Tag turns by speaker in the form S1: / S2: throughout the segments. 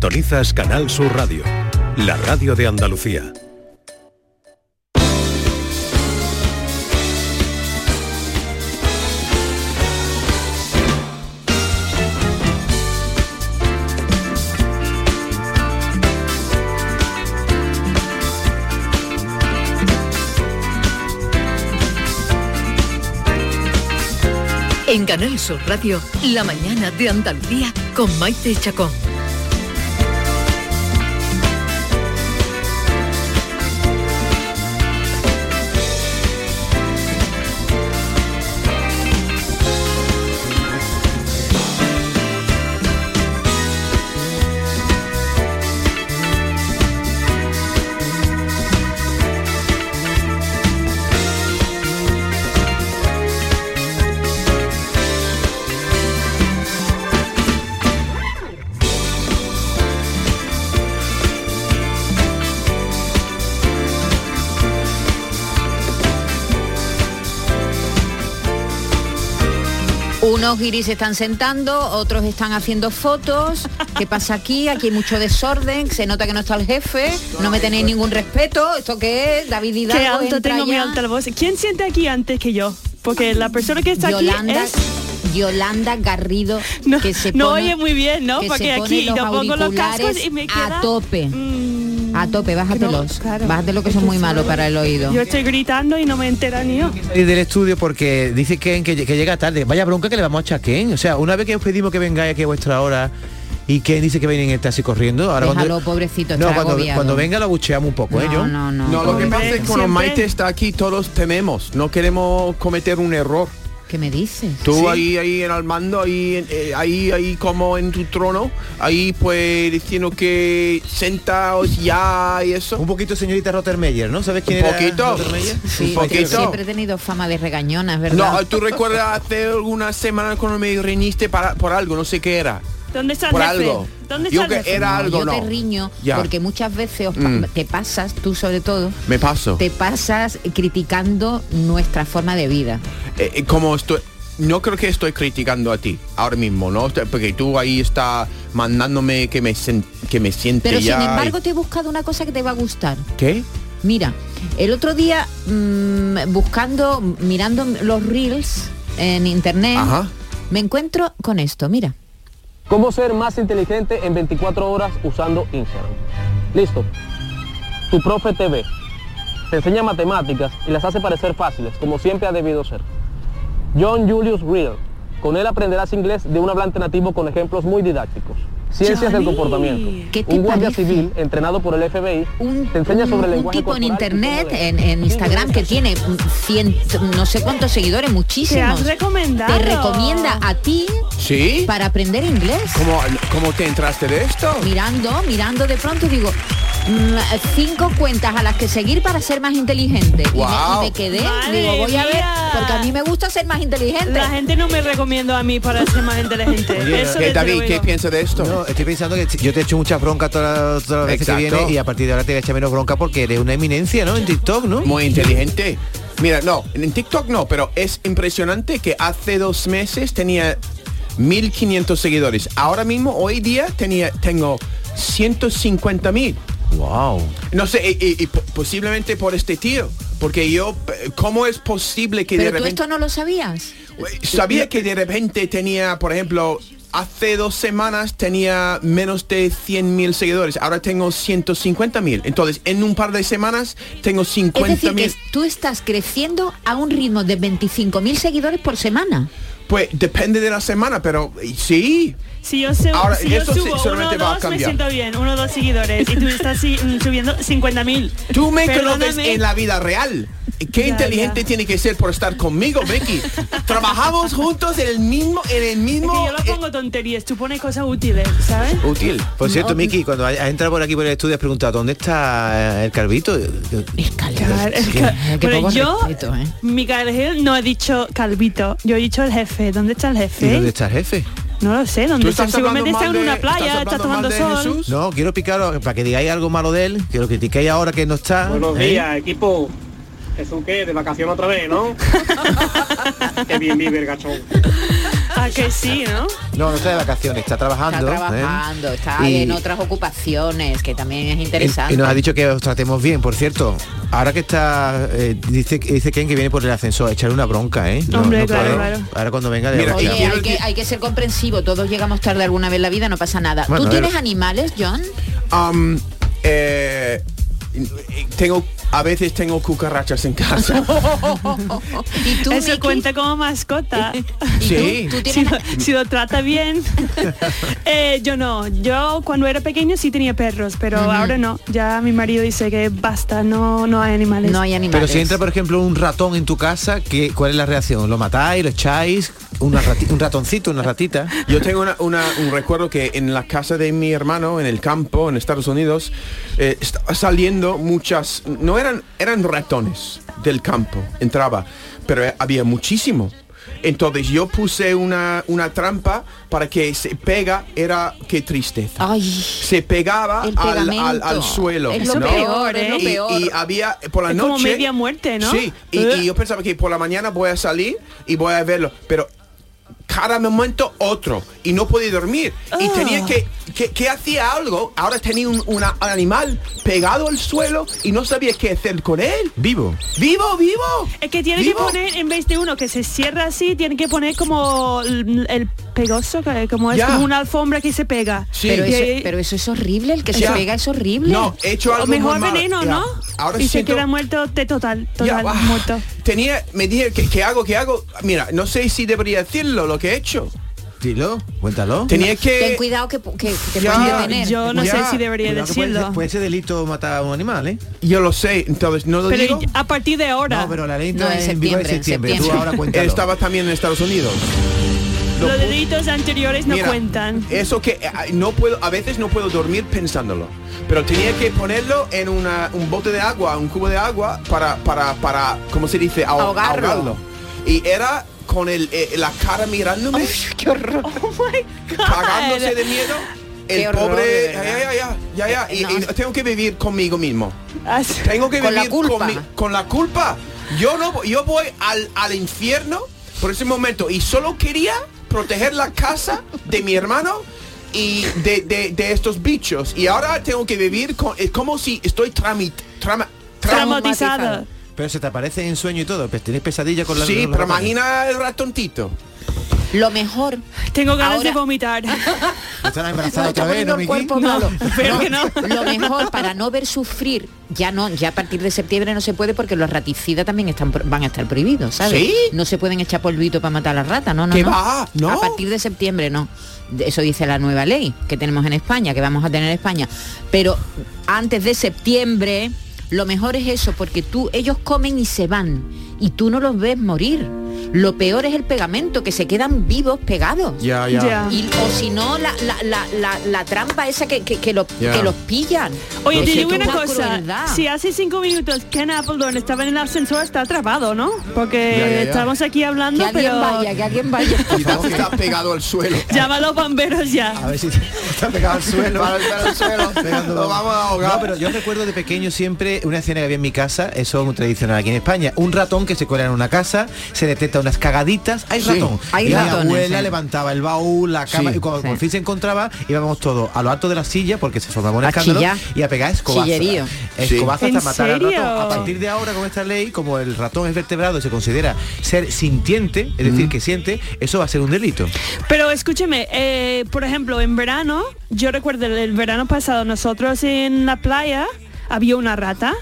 S1: Sintonizas Canal Sur Radio, la radio de Andalucía.
S2: En Canal Sur Radio, la mañana de Andalucía con Maite Chacón.
S3: Unos guiris se están sentando, otros están haciendo fotos. ¿Qué pasa aquí? Aquí hay mucho desorden, se nota que no está el jefe, no me tenéis ningún respeto. ¿Esto qué es? David Hidalgo
S4: Qué alto
S3: entra
S4: tengo mi
S3: ya.
S4: altavoz. ¿Quién siente aquí antes que yo? Porque la persona que está
S3: Yolanda,
S4: aquí es...
S3: Yolanda Garrido, que se
S4: no
S3: pone,
S4: oye muy bien, ¿no?
S3: que
S4: Porque
S3: se
S4: aquí
S3: pone los
S4: yo pongo los cascos
S3: auriculares
S4: y me queda- Mm.
S3: a tope. A tope, bájatelos. Bájatelos que son muy malos para el oído.
S4: Yo estoy gritando y no me entera ni yo.
S5: salir del estudio porque dice Ken que, que llega tarde. Vaya bronca que le vamos a echar a Ken. O sea, una vez que os pedimos que vengáis aquí a vuestra hora y Ken dice que viene en el taxi corriendo. Ahora
S3: Déjalo,
S5: cuando,
S3: pobrecito,
S5: no,
S3: está
S5: cuando,
S3: agobiado.
S5: cuando venga lo bucheamos un poco, ¿eh? Yo.
S3: no, no.
S6: No, lo que
S3: pobre.
S6: pasa es que cuando
S3: Siempre-
S6: Maite está aquí todos tememos, no queremos cometer un error.
S3: ¿Qué me dices?
S6: Tú ahí, ahí en el mando, ahí, en- eh, ahí, ahí como en tu trono, ahí pues diciendo que sentaos ya y eso. Un
S5: poquito señorita Rottermeyer, ¿no? ¿Sabes quién
S6: un
S5: era
S6: poquito?
S5: Rottermeier?
S6: un
S3: Sí, yo
S6: poquito.
S3: siempre he tenido fama de regañona, es ¿verdad?
S6: No, tú recuerdas hace algunas semanas cuando me reñiste para, por algo, no sé qué era.
S4: ¿Dónde está el
S6: Por
S4: jefe?
S6: algo.
S4: ¿Dónde
S6: Yo
S4: está el
S6: que
S4: jefe?
S6: era algo,
S3: yo
S6: no.
S3: te riño
S6: Ya.
S3: porque muchas veces os pa-
S6: Mm.
S3: te pasas, tú sobre todo,
S6: Me paso.
S3: te pasas criticando nuestra forma de vida.
S6: Eh, eh, como estoy no creo que estoy criticando a ti ahora mismo no Estoy- porque tú ahí está mandándome que me sen- que me siente
S3: Pero
S6: ya
S3: sin
S6: y-
S3: embargo te he buscado una cosa que te va a gustar.
S6: qué
S3: Mira, el otro día mm, buscando, mirando los reels en internet,
S7: Ajá.
S3: me encuentro con esto, mira.
S7: ¿Cómo ser más inteligente en 24 horas usando Instagram? Listo. Tu profe te ve, te enseña matemáticas y las hace parecer fáciles, como siempre ha debido ser. John Julius Real. Con él aprenderás inglés de un hablante nativo con ejemplos muy didácticos. Ciencias del
S3: Johnny,
S7: comportamiento.
S3: ¿qué te
S7: un guardia
S3: parece?
S7: civil entrenado por el FBI te enseña sobre el
S3: Un
S7: lenguaje
S3: tipo en
S7: corporal y
S3: internet,
S7: cómo leer.
S3: en, en Instagram, que tiene mm, cien, no sé cuántos seguidores, muchísimos.
S4: Te has recomendado.
S3: Te recomienda a ti
S6: sí
S3: para aprender inglés.
S6: cómo cómo te entraste de esto
S3: Mirando, mirando de pronto digo, mm, cinco cuentas a las que seguir para ser más inteligente. Y me-
S6: Guau.
S3: Y, me, quedé,
S4: Madre
S3: digo, voy a ver,
S4: mía.
S3: porque a mí me gusta ser más inteligente.
S4: La gente no me recomienda a mí para ser más inteligente.
S5: Oye,
S4: Eso
S5: eh,
S4: desde
S5: David,
S4: luego.
S5: ¿qué
S6: piensas de esto?
S5: No, estoy pensando que yo te he hecho muchas broncas todas todas las veces que
S6: Exacto.
S5: viene y a partir de ahora te voy a echar menos bronca porque eres una eminencia, ¿no? En TikTok, ¿no?
S6: muy inteligente mira no en TikTok no pero es impresionante que hace dos meses tenía 1500 seguidores ahora mismo hoy día tenía tengo 150 mil
S5: wow no
S6: sé y, y- y po- posiblemente por este tío porque yo eh, cómo es posible que de
S3: Pero tú
S6: repente
S3: esto no lo sabías.
S6: Sabía que de repente tenía, por ejemplo, hace dos semanas tenía menos de 100.000 seguidores. Ahora tengo 150.000. Entonces, en un par de semanas tengo
S3: Es decir,
S6: 50.000.
S3: que tú estás creciendo a un ritmo de 25.000 seguidores por semana.
S6: Pues depende de la semana, pero eh, sí.
S4: Si yo, subo-
S6: Ahora,
S4: si yo
S6: eso sí-
S4: subo uno
S6: seguramente va a
S4: dos, me
S6: cambiar.
S4: siento bien, uno dos seguidores. Y tú estás si- mm, subiendo 50.000.
S6: Tú me
S4: Perdóname.
S6: conoces en la vida real. Qué
S4: Ya,
S6: inteligente tiene que ser por estar conmigo, Becky. Trabajamos juntos en el mismo, en el
S4: Es
S6: mismo.
S4: que yo lo
S5: eh,
S4: pongo tonterías, tú pones cosas útiles, ¿sabes?
S6: Útil.
S5: Por cierto,
S4: No.
S5: Miki, cuando has entrado por aquí por el estudio has preguntado ¿dónde está eh, el calvito? El
S4: Pero Pues yo,
S3: ¿eh?
S4: Micael Gil no ha dicho Calvito, yo he dicho el jefe. ¿Dónde está el
S5: ¿Y dónde
S4: jefe?
S5: está el jefe?
S4: No lo sé,
S5: ¿Tú
S4: ¿dónde está?
S5: estás
S4: Seguramente
S5: hablando
S4: está en
S5: mal
S4: una
S5: de-
S4: playa,
S5: estás
S4: está tomando sol.
S5: No, quiero picaros para que digáis algo malo de él, que lo critiquéis ahora que no está.
S8: Buenos
S5: ¿eh?
S8: días, equipo. ¿Eso qué? De vacación otra vez, ¿no? qué bien vive el gachón.
S4: ¿A que sí, no?
S5: No, no está de vacaciones, está
S3: Está
S5: trabajando.
S3: trabajando,
S5: ¿eh?
S3: está
S5: Y-
S3: en otras ocupaciones, que también es
S5: Y,
S3: interesante.
S5: y nos ha dicho que os tratemos bien, por cierto. Ahora que está, eh, dice, dice Ken que viene por el ascensor, echarle una bronca, ¿eh?
S4: Hombre, claro,
S5: puede.
S4: claro.
S5: Ahora cuando venga de
S6: Mira,
S5: hostia.
S3: Oye,
S6: y quiero
S3: hay que,
S6: decir-
S3: hay que ser comprensivo, todos llegamos tarde alguna vez en la vida, no pasa nada.
S5: Bueno,
S3: ¿Tú
S5: a ver.
S3: tienes animales, John?
S6: Am, Um, eh, tengo, a veces tengo cucarachas en casa.
S3: ¿Y tú,
S4: Eso
S3: Miki?
S4: cuenta como mascota.
S3: ¿Y
S6: Sí.
S3: tú? ¿Tú
S4: si,
S3: tienes
S4: lo, si lo trata bien. Eh, yo no. Yo cuando era pequeño sí tenía perros, pero ahora no. Ya mi marido dice que basta, no, no hay animales.
S3: No hay animales.
S5: Pero si entra, por ejemplo, un ratón en tu casa, ¿qué, ¿cuál es la reacción? ¿Lo matáis? ¿Lo echáis? Una rati- un ratoncito, una ratita.
S6: Yo tengo una- una- un recuerdo que en la casa de mi hermano, en el campo, en Estados Unidos, eh, estaba saliendo muchas, no eran, eran ratones del campo, entraba, pero eh, había muchísimo. Entonces yo puse una, una trampa para que se pega, era qué tristeza.
S3: Ay,
S6: Se pegaba
S3: el
S6: al,
S3: pegamento.
S6: al- al suelo.
S3: Es lo
S6: ¿no?
S3: peor, es lo
S4: Y-
S6: y,
S3: peor.
S6: y había eh, por la
S4: Es
S6: noche
S4: como media muerte, ¿no?
S6: sí y,
S4: Eh.
S6: y yo pensaba que por la mañana voy a salir y voy a verlo pero cada momento otro y no podía dormir y
S4: Ah.
S6: tenía que, que que hacía algo ahora tenía un una- un animal pegado al suelo y no sabía qué hacer con él
S5: Vivo.
S6: vivo vivo
S4: Es que tiene
S6: vivo.
S4: que poner, en vez de uno que se cierra así, tiene que poner como el, el pegoso, que- como es
S6: Ya.
S4: como una alfombra que se pega.
S6: Sí.
S3: pero,
S4: Y-
S3: eso, pero eso es horrible, el que
S6: Ya.
S3: se pega es horrible.
S6: no he hecho algo
S4: o mejor
S6: muy mal.
S4: veneno,
S6: Ya.
S4: ¿no?
S6: ahora
S4: y
S6: siento-
S4: se queda muerto de total,
S6: Ya,
S4: total,
S6: bah.
S4: muerto.
S6: tenía me dije que, que hago que hago mira no sé si debería decirlo lo que he hecho
S5: Dilo, cuéntalo.
S6: tenía que
S3: Ten cuidado que, que, que
S6: Ya.
S3: puedes detener.
S4: Yo no
S6: Ya.
S4: sé si debería
S5: Cuidado que puede,
S4: decirlo.
S5: ser- puede ser delito matar a un animal, ¿eh?
S6: yo lo sé entonces no lo
S4: Pero
S6: digo
S4: a partir de ahora.
S5: No, pero la ley
S3: No,
S5: entra
S3: en
S5: en vigor en
S3: septiembre,
S5: septiembre.
S3: en
S5: Tú
S3: septiembre.
S5: ahora
S6: Él
S5: cuéntalo.
S6: estaba también en Estados Unidos. Lo
S4: Los
S6: pu-
S4: delitos anteriores no
S6: Mira,
S4: cuentan.
S6: Eso que eh, no puedo, a veces no puedo dormir pensándolo. Pero tenía que ponerlo en una- un bote de agua, un cubo de agua para, para, para, ¿cómo se dice? Ahog-
S3: Ahogarlo.
S6: Y era con el, eh, la cara
S4: Oh
S6: mirándome,
S4: my God.
S6: cagándose de miedo. El
S3: Qué horror, de
S6: pobre,
S3: verdad. Eh,
S6: ya, ya, ya, ya, ya. Y,
S3: No. Ah,
S6: y tengo que vivir conmigo mismo.
S4: Así-
S6: Tengo que
S3: Con la
S6: vivir
S3: culpa.
S6: Con, con la culpa. Yo no, yo voy al, al infierno por ese momento y solo quería proteger la casa de mi hermano y de, de- de estos bichos. Y ahora tengo que vivir con, es como si estoy tramit, trama, tramo-
S4: Traumatizada.
S5: Pero se te aparece en sueño y todo. pues Tienes pesadilla con la
S6: Sí,
S5: con los
S6: pero
S5: ratones.
S6: imagina Ah, el ratontito.
S3: Lo mejor.
S4: Tengo ganas de
S3: Ahora-
S4: vomitar.
S5: Están
S3: No, está
S5: embarazadas otra vez,
S3: poniendo
S5: ¿no,
S3: el
S5: Miki?
S3: cuerpo
S4: No,
S3: malo.
S4: espero que no.
S3: Lo mejor para no ver sufrir, ya no, ya a partir de septiembre no se puede porque los raticidas también están pro- van a estar prohibidos, ¿sabes?
S6: ¿Sí?
S3: No se pueden echar polvito para matar a las ratas, no, no,
S6: ¿Qué
S3: no.
S6: va? No.
S3: A partir de septiembre no. De- Eso dice la nueva ley que tenemos en España, que vamos a tener en España. Pero antes de septiembre, lo mejor es eso, porque tú, ellos comen y se van. Y tú no los ves morir. Lo peor es el pegamento, que se quedan vivos pegados.
S5: Ya, ya.
S4: Ya.
S3: Y- o si no, la, la, la, la, la trampa esa que, que, que, lo-
S5: Ya.
S3: que los pillan.
S4: Oye, te
S3: Porque
S4: digo
S3: es
S4: una cosa.
S3: crueldad.
S4: Si hace cinco minutos Ken Appledorn estaba en el ascensor, está atrapado, ¿no? Porque
S6: Ya, ya, ya.
S4: estamos aquí
S3: que
S4: hablando,
S3: alguien
S4: pero...
S3: vaya, que alguien vaya.
S6: Y está pegado al suelo.
S4: Llama a los bomberos ya.
S5: A ver si está pegado al suelo.
S6: Para estar al suelo.
S5: Pegando-
S6: Lo vamos a ahogar.
S5: No, pero yo recuerdo de pequeño siempre una escena que había en mi casa, eso es un tradicional aquí en España, un ratón que se cuela en una casa, se detecta unas cagaditas, hay
S6: Sí,
S5: ratón.
S3: hay
S5: y
S3: ratones,
S5: mi abuela
S3: sí.
S5: levantaba el baúl, la cama,
S6: Sí,
S5: y cuando
S3: sí.
S5: por fin se encontraba, íbamos todos a lo alto de la silla, porque se formaba un
S3: A
S5: escándalo,
S3: chillar.
S5: y a pegar escobazos.
S3: Chillerío.
S5: Escobazos
S4: Sí.
S5: hasta matar al
S4: ¿En serio?
S5: ratón. A partir de ahora, con esta ley, como el ratón es vertebrado y se considera ser sintiente, es decir, que siente, eso va a ser un delito.
S4: Pero escúcheme, eh, por ejemplo, en verano, yo recuerdo el- el verano pasado, nosotros en la playa había una rata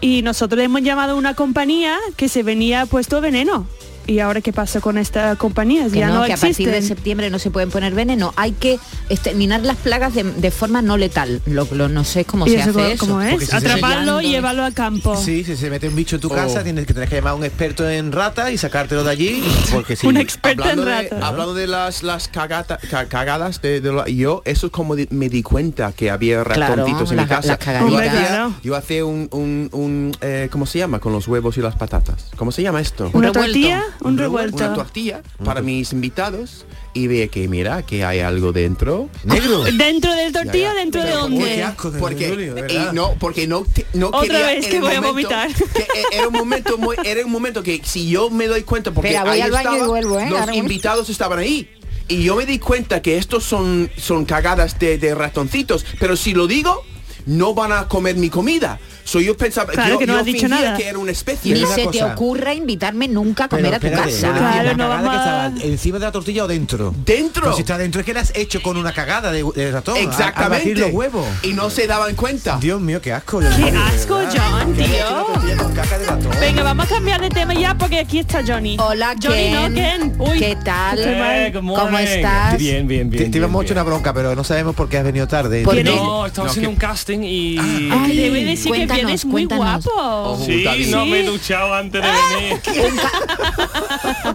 S4: y nosotros hemos llamado a una compañía que se venía puesto veneno. ¿Y ahora qué pasa con esta compañía?
S3: Que
S4: ya
S3: no,
S4: no,
S3: que a
S4: existen.
S3: partir de septiembre no se pueden poner veneno. Hay que exterminar las plagas de, de forma no letal. Lo, lo- no sé cómo
S4: ¿Y
S3: se
S4: eso
S3: hace
S4: cómo-
S3: eso.
S4: cómo
S5: Porque
S4: es?
S5: si se
S4: Atraparlo
S3: sellando-
S4: y llevarlo al campo.
S5: Sí, si se mete un bicho en tu
S6: Oh.
S5: casa, tienes que tener que llamar a un experto en rata y sacártelo de allí, porque si Ah,
S4: Una experta en
S6: de,
S4: ratas.
S6: hablando de las, las cagata- ca- cagadas de, de la- yo, eso es como di- me di cuenta que había
S3: Claro,
S6: ratoncitos en
S3: las-
S6: mi casa.
S3: las cagaditas.
S6: Yo
S4: Hombre,
S6: hacía-
S4: claro.
S6: Yo hacía un, un, un, eh, ¿cómo se llama? Con los huevos y las patatas. ¿Cómo se llama esto?
S4: ¿Una
S3: Revuelto.
S4: tortilla? Un revuelto.
S6: Una tortilla para mis invitados y ve que mira que hay algo dentro.
S5: Negro.
S4: ¿Dentro del tortillo
S6: Ya, ya.
S4: dentro de
S6: Pero,
S4: dónde?
S6: uy, qué asco, de
S5: Porque-
S6: Julio, de
S5: y
S6: verdad. no, porque no, te- no
S4: Otra
S6: quería
S4: vez
S6: en
S4: que
S6: el
S4: voy a
S6: momento-
S4: vomitar.
S6: que e- era un momento muy, era un momento que si yo me doy cuenta porque
S3: Espera, voy
S6: ahí
S3: al baño y
S6: estaba,
S3: vuelvo, ¿eh?
S6: los
S3: Ahora mismo.
S6: invitados estaban ahí. Y yo me di cuenta que estos son, son cagadas de, de ratoncitos, pero si lo digo, no van a comer mi comida. So yo pensaba
S4: Claro
S6: yo,
S4: que no
S6: yo
S4: has dicho
S6: fingía
S4: nada.
S6: que era una especie.
S5: Pero
S3: Ni
S5: una
S3: se te
S5: cosa.
S3: ocurra invitarme nunca a
S5: Pero
S3: comer a Ah, tu
S5: espérate,
S3: casa.
S5: yo no
S4: Claro,
S5: entiendo,
S4: no
S5: la cagada
S4: vamos
S5: que
S4: a-
S5: estaba encima de la tortilla o dentro.
S6: Dentro.
S5: Pero si está dentro es que la has hecho con una cagada de, de ratón. a- a
S6: Exactamente.
S5: batir los huevos.
S6: Y no se daban cuenta.
S5: Dios mío, qué asco.
S4: Qué asco, John,
S5: Qué asco,
S4: tío.
S5: una tortilla con caca de ratón.
S4: Venga, vamos a cambiar de tema ya porque aquí está Johnny.
S3: Hola,
S4: Johnny,
S3: Ken.
S4: no, Ken. Uy.
S3: ¿Qué tal?
S4: Estoy mal.
S8: good
S3: ¿Cómo
S8: morning.
S3: estás?
S8: Bien, bien,
S5: Te, te
S8: bien. bien,
S5: íbamos a echar
S8: bien.
S5: una bronca, pero no sabemos por qué has venido tarde.
S3: Por-
S4: ¿Tienes-
S8: No, estamos
S6: No,
S8: haciendo
S6: que-
S8: un casting y... Ah,
S4: Ay,
S3: Ah, Ay,
S4: debe decir que
S3: cuéntanos,
S4: vienes muy
S3: cuéntanos. Ah,
S4: guapo.
S8: Sí,
S6: David.
S8: no
S4: Sí.
S8: me he duchado antes de venir.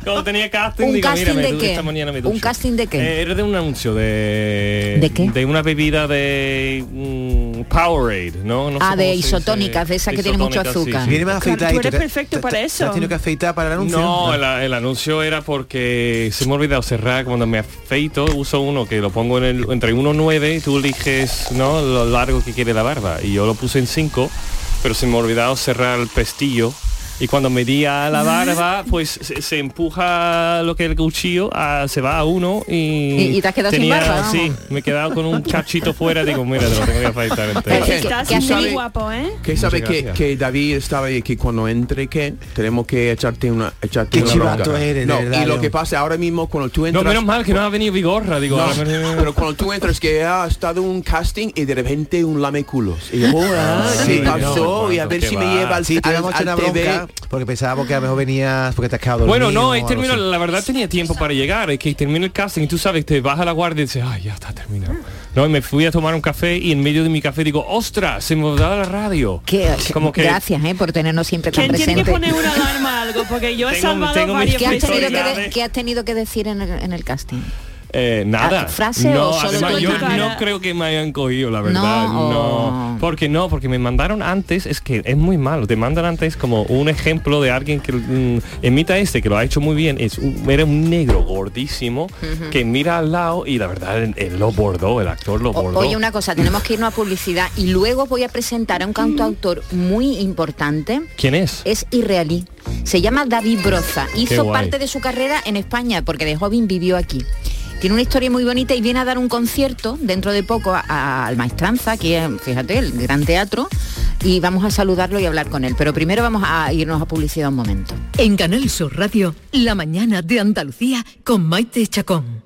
S8: Cuando tenía casting,
S3: ¿Un
S8: digo,
S3: casting
S8: mira, me
S3: de
S8: du-
S3: qué?
S8: esta mañana me
S3: ¿Un
S8: ducho.
S3: casting de qué?
S8: Eh, era de un anuncio de...
S3: ¿De qué?
S8: De una bebida de mm, Powerade, ¿no? no sé
S3: Ah,
S8: cómo
S3: de
S8: se dice.
S3: isotónicas, de esas que tienen mucho
S8: Isotónicas, sí,
S3: azúcar.
S8: sí.
S5: Viene
S4: Claro,
S5: más
S4: tú
S5: afeitadito.
S4: eres
S5: te-
S4: perfecto
S5: te-
S4: para
S5: te- te
S4: eso.
S5: has tenido que afeitar para el anuncio.
S8: No, el, el anuncio era porque se me ha olvidado cerrar cuando me afeito uso uno que lo pongo en el, entre 1.9 y tú eliges no lo largo que quiere la barba y yo lo puse en 5 pero se me ha olvidado cerrar el pestillo y cuando me di a
S3: Ah.
S8: la barba pues se, se empuja lo que es el cuchillo a- se va a uno y,
S3: Y- y te has quedado sin barba, vamos.
S8: sí, me he quedado con un cachito fuera digo mira te lo tengo que afeitar entero.
S3: ¿Qué-
S4: Estás
S3: qué
S4: muy
S3: haces?
S4: guapo, ¿eh?
S6: Que sabe
S8: Muchas
S6: que,
S8: gracias.
S6: que David estaba y que cuando entre que tenemos que echarte una echarte
S5: Qué
S6: una
S5: chivato
S6: bronca.
S5: eres, de
S6: No,
S5: verdad,
S6: y lo
S5: John.
S6: que pasa ahora mismo cuando tú
S8: no
S6: entras
S8: menos mal que no ha venido Vigorra digo
S6: No,
S8: ahora me-
S6: pero cuando tú entras que ah, ha estado un casting y de repente un lameculos y yo, oh, ah,
S8: Ah,
S6: ¿qué
S8: no,
S6: pasó
S5: Oh,
S8: no,
S6: y a
S8: no,
S6: ver
S8: qué
S6: si me
S8: va.
S6: lleva al,
S5: Sí, te
S6: al-
S5: íbamos a
S6: al
S5: echar una
S6: TV
S5: bronca porque pensábamos que a lo mejor venías porque te has quedado dormido.
S8: Bueno, no, es
S5: o
S8: termino,
S5: algo así.
S8: la verdad tenía tiempo para llegar, es que termina el casting y tú sabes, te vas a la guardia y dices, ay, ya está terminado. No, y me fui a tomar un café y en medio de mi café digo, ostras, se me olvidaba la radio.
S3: Qué-
S8: Como que
S3: Gracias eh, por tenernos siempre tan
S4: ¿Quién tiene que
S3: presente.
S4: poner una alarma o algo? Porque yo he
S8: Tengo-
S4: salvado
S8: tengo mis
S4: varios
S3: ¿Qué has, tenido que de-
S8: Prioridades.
S3: qué has tenido que decir en el, en el casting?
S8: eh, nada.
S3: Ah, ¿frase
S8: no,
S3: o solo
S8: además,
S4: tu
S8: yo
S4: cara?
S8: no creo que me hayan cogido, la verdad.
S3: No.
S8: No. Porque no, porque me mandaron antes, es que es muy malo, te mandan antes como un ejemplo de alguien que mm, emita este, que lo ha hecho muy bien, es un- era un negro gordísimo que mira al lado y la verdad él, él lo bordó, el actor lo
S3: O-
S8: bordó.
S3: oye, una cosa, tenemos que irnos a publicidad y luego voy a presentar a un
S4: Mm.
S3: cantautor muy importante.
S8: ¿Quién es?
S3: Es israelí. Se llama David Broza. Hizo
S8: guay.
S3: parte de su carrera en España porque de joven vivió aquí. Tiene una historia muy bonita y viene a dar un concierto dentro de poco a- a- al Maestranza, aquí en, fíjate, el gran teatro, y vamos a saludarlo y hablar con él. Pero primero vamos a irnos a publicidad un momento.
S2: En Canal Sur Radio, la mañana de Andalucía con Maite Chacón.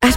S9: ¿Has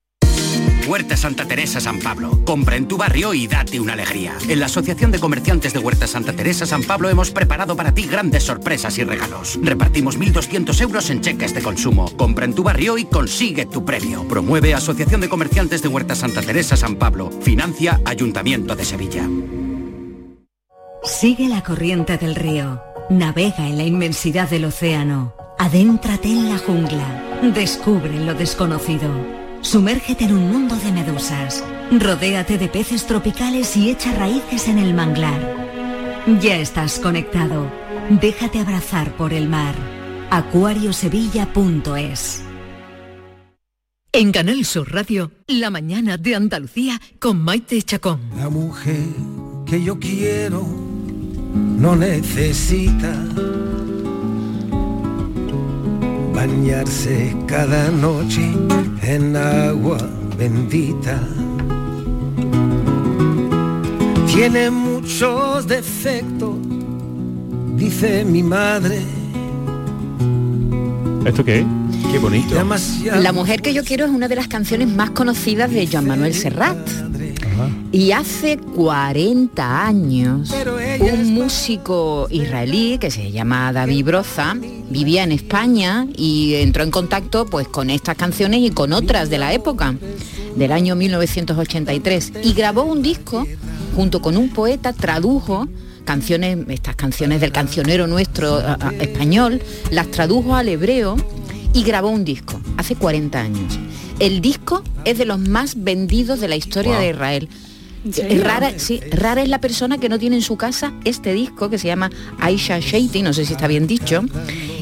S10: Huerta Santa Teresa San Pablo. Compra en tu barrio y date una alegría. En la Asociación de Comerciantes de Huerta Santa Teresa San Pablo hemos preparado para ti grandes sorpresas y regalos. Repartimos 1.200 euros en cheques de consumo. Compra en tu barrio y consigue tu premio. Promueve Asociación de Comerciantes de Huerta Santa Teresa San Pablo. Financia Ayuntamiento de Sevilla.
S11: Sigue la corriente del río. Navega en la inmensidad del océano. Adéntrate en la jungla. Descubre lo desconocido. Sumérgete en un mundo de medusas. Rodéate de peces tropicales y echa raíces en el manglar. Ya estás conectado. Déjate abrazar por el mar. acuariosevilla.es
S2: En Canal Sur Radio, la mañana de Andalucía con Maite Chacón.
S12: La mujer que yo quiero no necesita bañarse cada noche en agua bendita. Tiene muchos defectos, dice mi madre.
S8: ¿Esto qué? Qué bonito.
S3: La mujer que yo quiero es una de las canciones más conocidas de Joan Manuel Serrat. Y hace 40 años, un músico israelí que se llama David Broza vivía en España y entró en contacto pues con estas canciones y con otras de la época, del año 1983, y grabó un disco junto con un poeta, tradujo canciones, estas canciones del cancionero nuestro a- a- español, las tradujo al hebreo y grabó un disco hace 40 años. El disco es de los más vendidos de la historia
S13: Wow.
S3: de Israel.
S13: serio?
S3: Rara, sí, rara es la persona que no tiene en su casa este disco que se llama Aisha Shady, no sé si está bien dicho,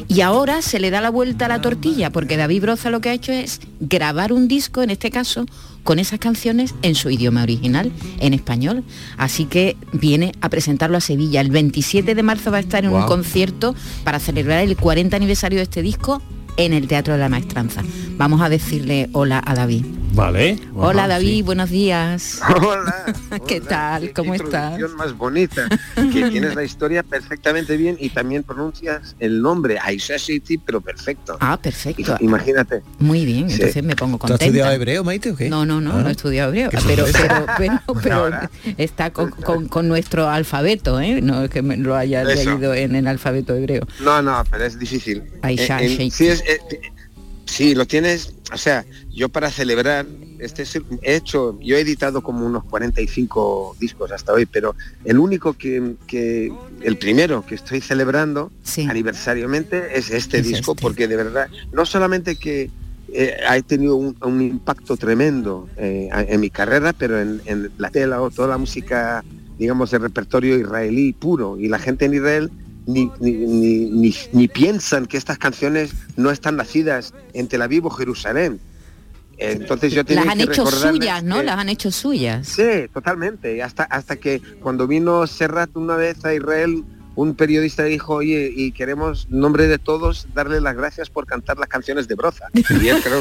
S3: y ahora se le da la vuelta a la tortilla porque David Broza lo que ha hecho es grabar un disco, en este caso, con esas canciones en su idioma original, en español. Así que viene a presentarlo a Sevilla. El 27 de marzo va a estar en un
S14: Guau.
S3: concierto para celebrar el 40 aniversario de este disco en el Teatro de la Maestranza. Vamos a decirle hola a David.
S8: Vale.
S3: hola David, buenos días.
S14: Hola.
S3: ¿Qué tal? ¿Cómo estás?
S14: introducción más bonita, que tienes la historia perfectamente bien y también pronuncias el nombre Aisha City, pero perfecto.
S3: Ah, perfecto.
S14: Imagínate.
S3: Muy bien,
S14: Sí.
S3: entonces me pongo
S14: ¿Tú has
S3: contenta.
S14: estudiado Ah.
S5: hebreo, Maite, o qué?
S3: No, no, no, no he estudiado hebreo,
S5: Qué
S3: pero,
S5: sorpresa.
S3: pero, pero, pero está con, con- con nuestro alfabeto, ¿eh? No es que me lo haya
S14: Eso.
S3: leído en el alfabeto hebreo.
S14: No, no, pero es difícil.
S3: Aisha Sheikh.
S14: sí, es- eh, t- sí, lo tienes, o sea, yo para celebrar, este es- he hecho, yo he editado como unos 45 discos hasta hoy, pero el único que, que el primero que estoy celebrando aniversariamente es este
S15: Es
S14: disco, porque de verdad, no solamente que eh, ha tenido un, un impacto tremendo eh, a- en mi carrera, pero en, en la tela o toda la música, digamos, el repertorio israelí puro. Y la gente en Israel ni, ni, ni- ni- ni piensan que estas canciones no están nacidas en Tel Aviv o Jerusalén. Eh, Entonces yo tenía
S3: Las han
S14: que
S3: hecho
S14: recordarles
S3: suyas, ¿no?
S14: que-
S3: Las han hecho suyas.
S14: Sí, totalmente. Y Hasta, hasta que cuando vino Serrat una vez a Israel, un periodista dijo, oye, y queremos, en nombre de todos, darle las gracias por cantar las canciones de Broza. Y él, creo,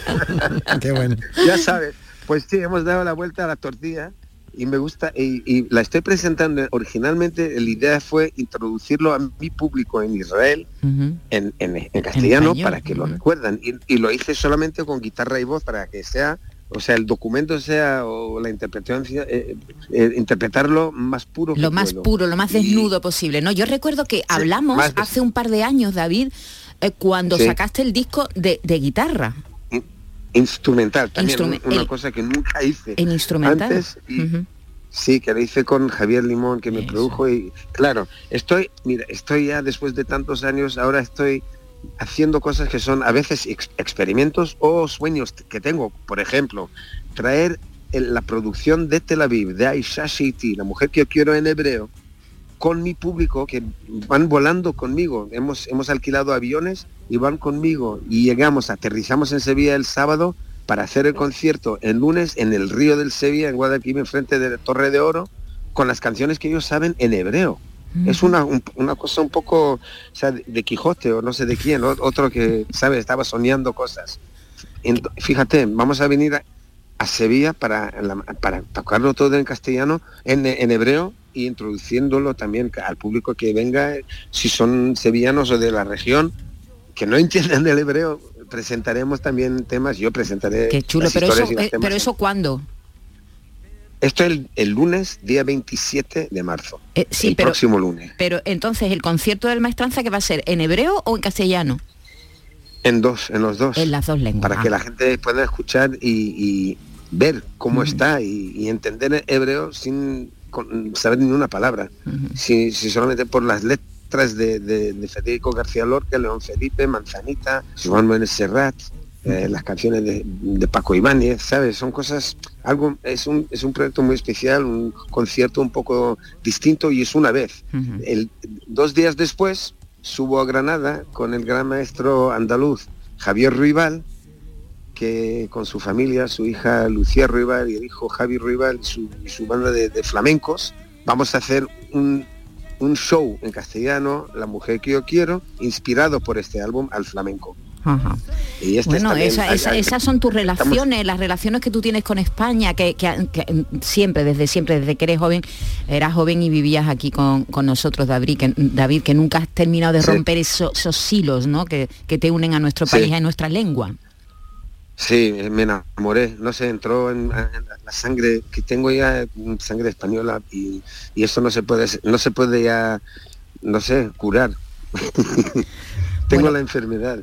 S5: Qué bueno.
S14: ya sabes, pues sí, hemos dado la vuelta a la tortilla y me gusta, y, y la estoy presentando originalmente, la idea fue introducirlo a mi público en Israel en, en- en castellano
S16: español,
S14: para que lo recuerdan. Y, y lo hice solamente con guitarra y voz para que sea, o sea, el documento sea o la interpretación, sea, eh, eh, interpretarlo más puro. que
S3: Lo más
S14: puedo.
S3: puro, lo más desnudo posible, ¿no? Yo recuerdo que hablamos
S14: más des-
S3: hace un par de años, David, eh, cuando
S14: Sí.
S3: sacaste el disco de, de guitarra,
S14: Instrumental también,
S3: Instrumen-
S14: una
S3: el-
S14: cosa que nunca hice.
S3: en instrumental.
S14: Antes
S3: Ujú.
S14: Sí, que lo hice con Javier Limón, que me produjo y claro, estoy, mira, estoy ya después de tantos años, ahora estoy haciendo cosas que son a veces ex- experimentos o sueños que tengo. Por ejemplo, traer el- la producción de Tel Aviv, de Aisha Shiti, la mujer que yo quiero en hebreo, con mi público, que van volando conmigo. Hemos, hemos alquilado aviones y van conmigo. Y llegamos, aterrizamos en Sevilla el sábado para hacer el concierto el lunes en el río del Sevilla, en Guadalquivir, enfrente de la Torre de Oro, con las canciones que ellos saben en hebreo. Es una, un- una cosa un poco o sea, de, de Quijote o no sé de quién, o- otro que, ¿sabes? Estaba soñando cosas. Ento- fíjate, vamos a venir a, a Sevilla para, la- para tocarlo todo en castellano, en, en hebreo, y introduciéndolo también al público que venga, si son sevillanos o de la región, que no entiendan el hebreo, presentaremos también temas, yo presentaré...
S3: Qué chulo,
S14: las
S3: pero eso,
S14: historias y los
S3: eh,
S14: temas.
S3: pero eso cuándo?
S14: Esto es el, el lunes, día 27 de marzo,
S3: Eh, sí,
S14: el
S3: pero-
S14: próximo lunes,
S3: Pero entonces el concierto del maestranza que va a ser en hebreo o en castellano?
S14: en dos, en los dos.
S3: En las dos lenguas. Ah.
S14: para que la gente pueda escuchar y, y ver cómo está y, y entender el hebreo sin con- saber ni una palabra, si, si solamente por las letras de, de- de Federico García Lorca, León Felipe, Manzanita, Juan Manuel Serrat, eh, las canciones de, de Paco Ibáñez, ¿sabes? Son cosas, algo, es un, es un proyecto muy especial, un concierto un poco distinto y es una vez. El, dos días después subo a Granada con el gran maestro andaluz Javier Ruibal, que con su familia, su hija Lucía Ruibal y el hijo Javi Ruibal y su, y su banda de, de flamencos, vamos a hacer un, un show en castellano, La Mujer que yo quiero, inspirado por este álbum al flamenco. Y este es
S3: bueno,
S14: también-
S3: esa-
S14: hay-
S3: esa-
S14: hay-
S3: esas son tus relaciones, las relaciones que tú tienes con España, que, que- que siempre, desde siempre, desde que eres joven, eras joven y vivías aquí con, con nosotros, David que, David, que nunca has terminado de
S14: Sí.
S3: romper eso- esos hilos ¿no? que, que te unen a nuestro
S14: Sí.
S3: país, y a nuestra lengua.
S14: Sí, eh, me enamoré, no sé, entró en, en la sangre que tengo ya, mm, sangre española y, y eso no se puede, no se puede ya, no sé, curar. tengo la enfermedad.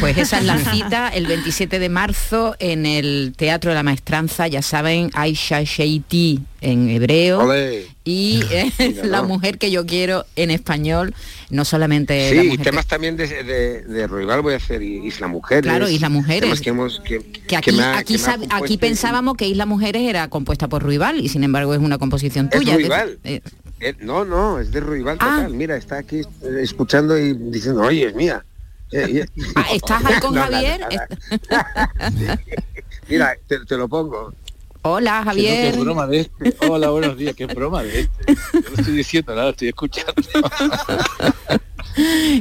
S3: Pues esa es la cita, el 27 de marzo, en el Teatro de la Maestranza, ya saben, Aisha Sheiti en hebreo.
S14: Olé.
S3: Y eh,
S14: Mira,
S3: la
S14: ¿no?
S3: mujer que yo quiero en español, no solamente eh, la
S14: Sí, y
S3: mujer que-
S14: temas también de, de, de Ruibal voy a hacer, y Isla Mujeres.
S3: Claro, Isla Mujeres.
S14: temas que hemos... Que,
S3: que aquí,
S14: que me ha-
S3: aquí,
S14: que me ha
S3: sab-
S14: compuesto
S3: aquí
S14: y-
S3: pensábamos que Isla Mujeres era compuesta por Ruibal y sin embargo es una composición
S14: Es
S3: tuya. es
S14: Ruibal.
S3: decir, eh, Ah.
S14: Eh, no, no, es de Ruibal total. Mira, está aquí eh, escuchando y diciendo, oye, es mía. Eh, y-
S3: ah, ¿Estás ahí con
S14: No, nada,
S3: Javier?
S14: nada.
S3: Est-
S14: Mira, te, te lo pongo.
S3: Hola, Javier.
S13: Qué broma de este. Hola, buenos días. Qué broma de este. Yo no estoy diciendo nada, estoy escuchando.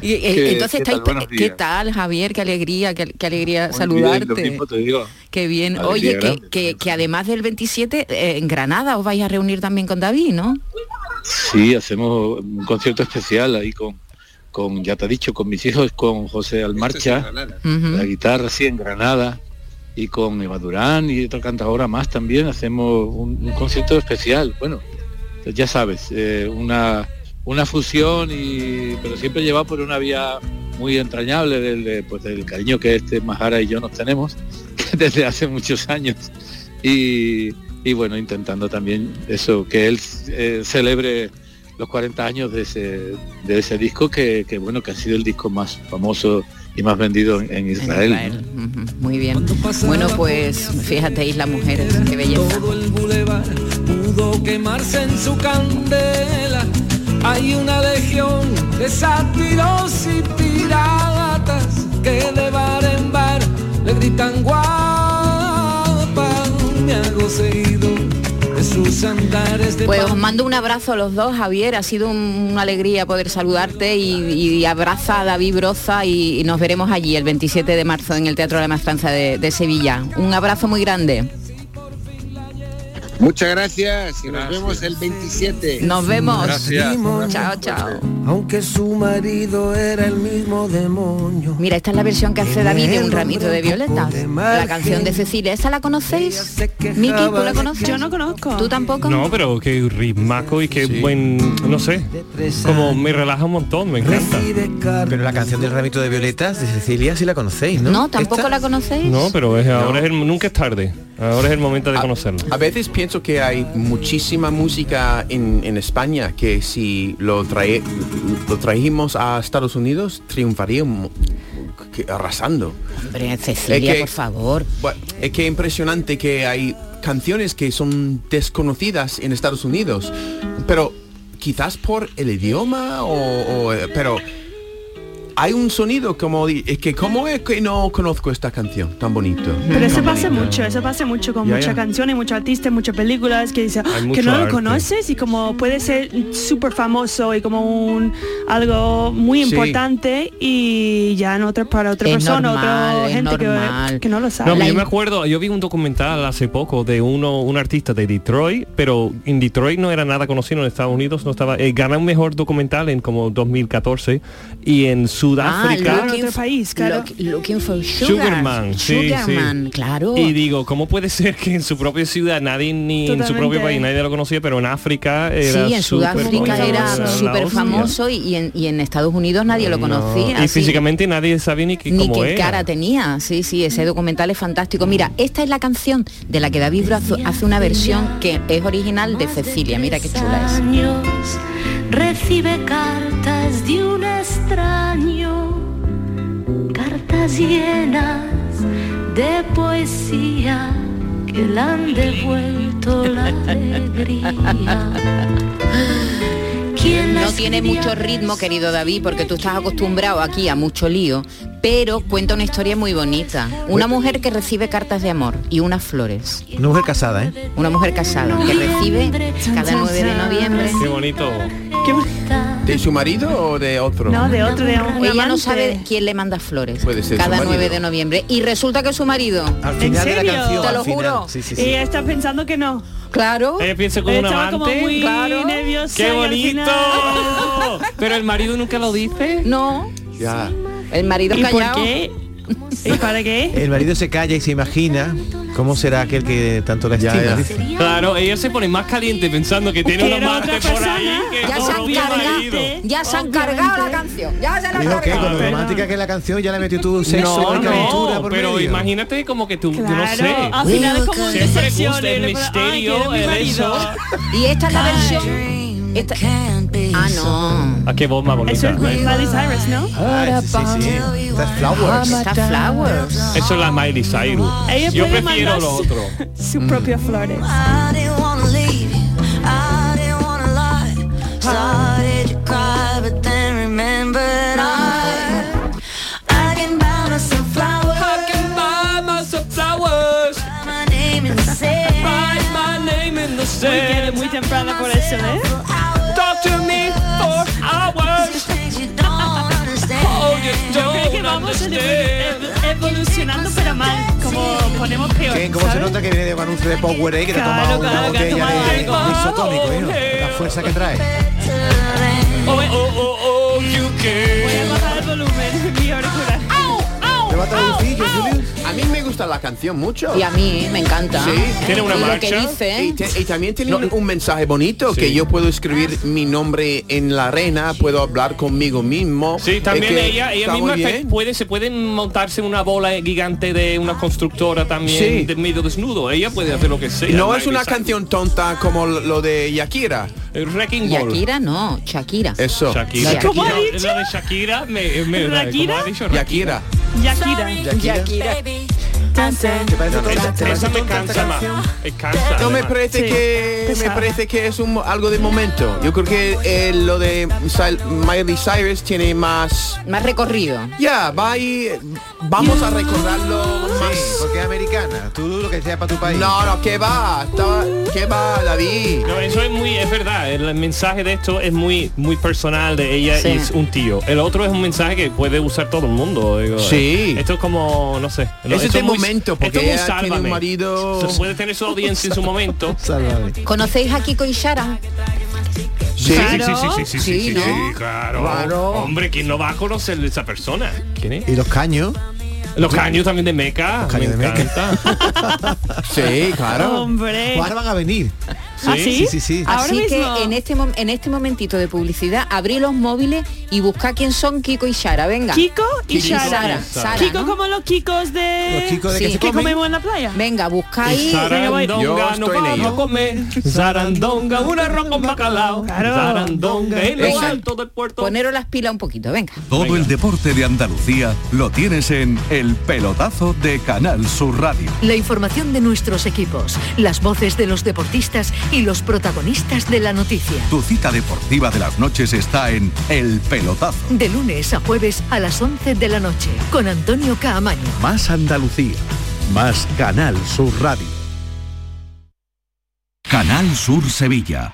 S3: Y, eh,
S13: ¿Qué-
S3: entonces,
S13: qué
S3: estáis-
S13: tal? Buenos
S3: ¿qué,
S13: días.
S3: tal, Javier? Qué alegría, qué, qué alegría
S13: Lo
S3: saludarte.
S13: mismo te digo.
S3: Qué bien.
S13: Alegría
S3: Oye, que,
S13: grande.
S3: que- que además del 27, eh, en Granada os vais a reunir también con David, ¿no?
S13: Sí, hacemos un concierto especial ahí con, con ya te he dicho, con mis hijos, con José Almarcha, la guitarra, sí, en Granada, y con Eva Durán y otra cantadora más también, hacemos un, un concierto especial. Bueno, ya sabes, eh, una, una fusión, y, pero siempre llevado por una vía muy entrañable del, de- pues, del cariño que este Majara y yo nos tenemos desde hace muchos años. Y, y bueno, intentando también eso, que él eh, celebre los 40 años de ese, de ese disco que, que, bueno que ha sido el disco más famoso y más vendido en, en Israel.
S3: Israel. Muy bien. Bueno, pues fíjate, Isla Mujeres, qué belleza.
S15: Todo el bulevar pudo quemarse en su candela. Hay una legión de sátiros y piratas que de bar en bar le gritan guapa. Me hago seguido de sus andares de
S3: Pues
S15: pan.
S3: os mando un abrazo a los dos, Javier. Ha sido un- una alegría poder saludarte y, y abraza a David Broza y, y nos veremos allí el 27 de marzo en el Teatro de la Maestranza de, de Sevilla. Un abrazo muy grande.
S14: Muchas gracias y nos vemos el 27.
S3: Nos vemos.
S14: Gracias.
S3: Chao, chao.
S12: Aunque su marido era el mismo demonio.
S3: Mira, esta es la versión que hace David de un ramito de violetas. La canción de Cecilia, ¿esa la conocéis? Miki, ¿tú la conoces? Yo no conozco. ¿Tú tampoco?
S8: No, pero qué ritmaco y qué buen, no sé, como me relaja un montón, me encanta.
S5: Pero la canción del ramito de violetas de Cecilia sí la conocéis, ¿no?
S3: No, tampoco la conocéis.
S8: No, pero es, ahora es el- nunca es tarde, ahora es el momento
S3: Ah,
S8: de conocerlo.
S6: A veces pienso que hay muchísima música en, en España que si lo, trae, lo trajimos a Estados Unidos triunfaríamos que- arrasando.
S3: Hombre, Eh, Cecilia, por favor.
S6: es que impresionante que hay canciones que son desconocidas en Estados Unidos, pero quizás por el idioma o, o, eh, pero hay un sonido como di- es que cómo es que no conozco esta canción tan bonito.
S4: Pero eso
S6: Tan
S4: pasa
S6: bonita.
S4: mucho, eso pasa mucho con
S6: Ya,
S4: muchas
S6: ya.
S4: canciones, muchos artistas, muchas películas que dicen "Ah, que
S6: mucho
S4: no lo
S6: arte.
S4: conoces y como puede ser súper famoso y como un algo muy
S5: Sí.
S4: importante y ya en otra para otra
S3: Es
S4: persona,
S3: normal,
S4: otra
S3: es
S4: gente que,
S3: normal.
S4: que no lo
S8: No,
S4: sabe.
S8: yo me acuerdo, yo vi un documental hace poco de uno, un artista de Detroit, pero en Detroit no era nada conocido, en Estados Unidos no estaba. eh, gana un mejor documental en como 2014 y en Sudáfrica.
S3: Ah, looking,
S4: país,
S3: claro. looking for sugar.
S8: Sugarman, sí,
S3: Sugarman,
S8: sí.
S3: claro.
S8: Y digo, ¿cómo puede ser que en su propia ciudad nadie ni en su propio
S3: Totalmente.
S8: país nadie lo conocía, pero en África era
S3: sí, en
S8: súper
S3: Sudáfrica
S8: famoso,
S3: era
S8: la
S3: súper
S8: hostia.
S3: famoso y, y en, y en Estados Unidos nadie lo
S8: No,
S3: conocía.
S8: Y
S3: sí.
S8: físicamente nadie sabía ni, que,
S3: Ni
S8: cómo
S3: qué
S8: era.
S3: cara tenía, sí, sí, ese documental es fantástico. Mira, esta es la canción de la que David Brazo hace una versión que es original de Cecilia, mira qué chula es.
S16: años recibe cartas de un extraño, cartas llenas de poesía que le han devuelto la
S6: Ah,
S16: alegría.
S3: No tiene mucho ritmo, querido David, porque tú estás acostumbrado aquí a mucho lío, pero cuenta una historia muy bonita. Una mujer que recibe cartas de amor y unas flores.
S5: Una mujer casada, ¿eh?
S3: Una mujer casada que recibe cada 9 de noviembre.
S8: Qué bonito.
S6: ¿De su marido o de otro?
S3: No, de otro,
S6: de
S3: Ella no sabe quién le manda flores.
S6: Puede ser
S3: cada
S6: su marido.
S3: 9 de noviembre. Y resulta que es su marido.
S5: Al
S4: ¿En serio?
S3: Te lo juro.
S4: Ella está pensando que no.
S3: Claro.
S8: Ella piensa como una
S4: Estaba como
S8: amante.
S4: muy
S8: Claro.
S4: nerviosa.
S8: ¡Qué
S4: y al
S8: bonito!
S4: final-
S8: Pero el marido nunca lo dice.
S3: No.
S6: Ya.
S3: El marido
S4: ¿Y por
S3: callado.
S4: qué? ¿Y para qué?
S5: El marido se calla y se imagina cómo será aquel que tanto la estima. dice.
S8: Claro, ella se pone más caliente pensando que tiene una
S5: Quiero
S8: amante por ahí. Que
S3: Ya se han
S8: propio marido.
S3: cargado, ya se han cargado la canción. Ya se la han
S5: Dijo que
S3: cargado.
S5: con lo romántica que es la canción ya le metió tu sexo
S8: No,
S5: y calentura
S8: no,
S5: por
S8: pero
S5: medio.
S8: imagínate como que tú, yo no
S5: Claro,
S8: sé.
S5: al final es como
S8: Siempre
S5: decepción,
S8: gusta el
S5: le-
S8: misterio,
S5: "Ay,
S8: el
S5: quiere mi
S8: eso.
S5: marido".
S3: Y esta es la versión. esta- Ah, no.
S8: Ah, qué voz más
S4: Eso
S8: bonita.
S4: es Miley Cyrus, ¿no?
S8: Flowers.
S3: Esta es Flowers.
S8: Eso es la Miley Cyrus.
S4: Ella
S8: Yo
S4: puede
S8: prefiero
S4: mandar
S8: lo
S4: su-
S8: otro.
S4: Sus
S8: Mm.
S4: propias flores.
S16: I didn't wanna leave you, I didn't wanna lie. Started to cry, but then remembered I I can buy myself flowers. I can buy myself flowers. my name in the sand. Write my name in the
S4: Muy bien, muy temprano por eso, ¿eh? Talk to me for hours. Creo que vamos evo- evolucionando pero mal, como ponemos peor.
S5: ¿Qué? ¿Cómo se
S4: ¿sabes?
S5: nota que viene de un anuncio de Power que te ha
S4: Claro,
S5: tomado
S4: claro,
S5: una
S4: que ha
S5: botella
S4: tomado
S5: de,
S4: algo.
S5: de isotónico, ¿eh? La fuerza que trae.
S8: Oh, eh, oh, oh, oh, you
S4: Voy
S8: can.
S4: a bajar el volumen, mi auricular.
S6: A mí me gusta la canción mucho.
S3: Y a mí, ¿eh? me encanta.
S6: Sí,
S3: Y Lo que dice. ¿eh?
S6: Y, te- y también tiene un- un mensaje bonito que yo puedo escribir mi nombre en la arena, puedo hablar conmigo mismo.
S8: Sí, también
S6: Es que
S8: ella, ella
S6: está
S8: misma
S6: muy
S8: se
S6: bien.
S8: puede, se puede montarse una bola gigante de una constructora también
S6: Sí.
S8: de medio desnudo. Ella puede hacer lo que sea.
S6: No es
S8: Miley
S6: una
S8: Cyrus.
S6: canción tonta como lo de Yakira.
S8: El Eh, Wrecking Ball.
S3: Shakira no, Shakira.
S6: Eso.
S8: Shakira.
S3: Shakira. ¿Cómo ha
S8: No, lo de Shakira me, me- ¿cómo ha
S3: ¿Rakira?
S8: dicho?
S6: Yakira.
S4: Yakira.
S3: Yakira.
S6: No, no, esa- esa me cansa más.
S8: Me cansa.
S6: No me parece
S8: Sí.
S6: que me
S8: Pesada.
S6: parece que es un mo- algo de momento. Yo creo que eh, lo de Sil- Miley Cyrus tiene más
S3: más recorrido.
S6: Ya, va ahí, vamos a recordarlo más.
S5: porque es americana. Tú lo que sea para tu país.
S6: No, no, que va, estaba- que va, David.
S8: No, eso es muy, es verdad, el mensaje de esto es muy muy personal de ella
S6: Sí.
S8: y es un tío. El otro es un mensaje que puede usar todo el mundo. digo, eh,
S6: Sí.
S8: Esto es como, no sé.
S6: Ese es
S8: esto
S6: de
S8: muy-
S6: momento,
S8: esto
S6: porque
S8: es muy
S6: ella tiene un
S8: Sálvame.
S6: marido-
S8: Se puede tener su audiencia en su momento.
S3: ¿Conocéis a Kiko y Shara?
S8: Sí, sí,
S3: Claro.
S8: sí, sí, sí, sí, sí,
S3: Sí,
S8: sí,
S3: ¿no?
S8: sí, claro.
S5: Claro.
S8: Hombre, ¿quién no va a conocer esa persona? ¿Quién es?
S5: Y los caños.
S8: Los caños también de Meca. Los caños de Meca.
S6: sí, claro.
S4: Hombre.
S5: Ahora van a venir.
S3: ¿Ah, sí?
S5: Sí, sí.
S3: Así que en este, mom- en este momentito de publicidad, abrí los móviles y busca quién son Kiko y Shara. Venga.
S4: Kiko Oh, y
S3: Kiko
S4: Sara.
S3: Sara,
S4: Kiko
S3: ¿no?
S4: como los Kikos de...
S3: Los Kikos de que se comen.
S4: comemos en la playa.
S3: Venga, busca ahí.
S8: Sarandonga,
S3: Venga, voy.
S8: nos vamos a comer. Sarandonga, un arroz con bacalao. Sarandonga, en los
S3: Venga,
S8: altos del puerto.
S3: Poneros las pilas un poquito, venga.
S17: Todo el deporte de Andalucía lo tienes en El Pelotazo de Canal Sur Radio.
S2: La información de nuestros equipos, las voces de los deportistas y los protagonistas de la noticia.
S17: Tu cita deportiva de las noches está en El Pelotazo.
S2: De lunes a jueves a las 11 de la noche con Antonio Caamaño.
S5: Más Andalucía, más Canal Sur Radio.
S17: Canal Sur Sevilla.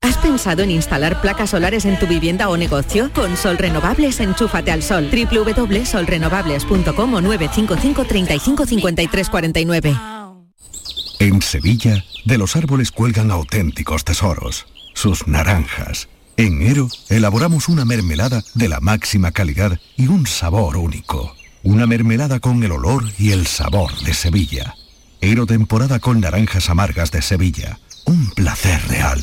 S9: ¿Has pensado en instalar placas solares en tu vivienda o negocio? Con Sol Renovables, enchúfate al sol. www.solrenovables.com o 955 35 53 49.
S17: En Sevilla, de los árboles cuelgan auténticos tesoros, sus naranjas. En Ero elaboramos una mermelada de la máxima calidad y un sabor único. Una mermelada con el olor y el sabor de Sevilla. Ero temporada con naranjas amargas de Sevilla. Un placer real.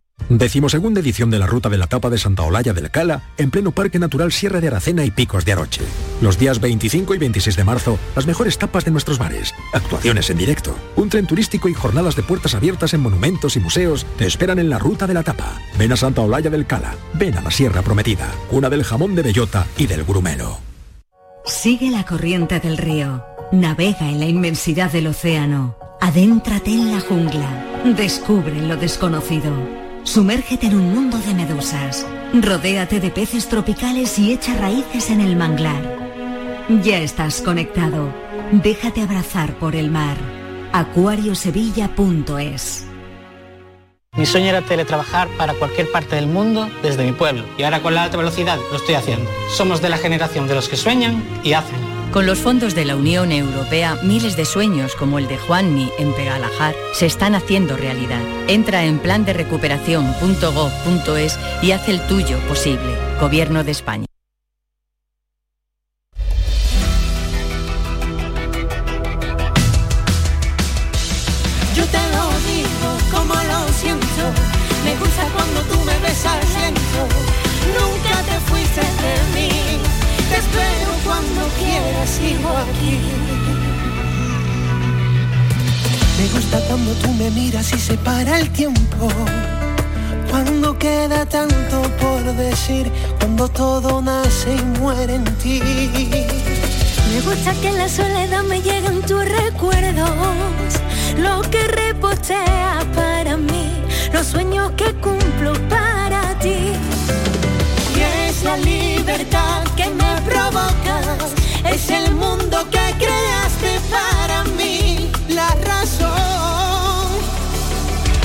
S18: Decimosegunda edición de la Ruta de la Tapa de Santa Olalla del Cala, en pleno Parque Natural Sierra de Aracena y Picos de Aroche. Los días 25 y 26 de marzo, las mejores tapas de nuestros bares, actuaciones en directo, un tren turístico y jornadas de puertas abiertas en monumentos y museos te esperan en la Ruta de la Tapa. Ven a Santa Olalla del Cala, ven a la Sierra Prometida, cuna del jamón de bellota y del grumelo.
S11: Sigue la corriente del río. Navega en la inmensidad del océano. Adéntrate en la jungla. Descubre lo desconocido. Sumérgete en un mundo de medusas. Rodéate de peces tropicales y echa raíces en el manglar. Ya estás conectado. Déjate abrazar por el mar. acuariosevilla.es
S19: Mi sueño era teletrabajar para cualquier parte del mundo desde mi pueblo y ahora con la alta velocidad lo estoy haciendo. Somos de la generación de los que sueñan y hacen.
S20: Con los fondos de la Unión Europea, miles de sueños como el de Juanmi en Pegalajar se están haciendo realidad. Entra en plan de recuperación.gov.es y haz el tuyo posible. Gobierno de España.
S21: Yo te lo digo como lo siento. Me gusta cuando tú me besas lento. Nunca te fuiste de mí. Te espero cuando quieras, sigo aquí.
S22: Me gusta cuando tú me miras y se para el tiempo. Cuando queda tanto por decir, cuando todo nace y muere en ti.
S21: Me gusta que en la soledad me lleguen tus recuerdos. Lo que reposteas para mí. Los sueños que cumplo para ti. Y es la libertad que me provocas, es el mundo que creaste para mí, la razón.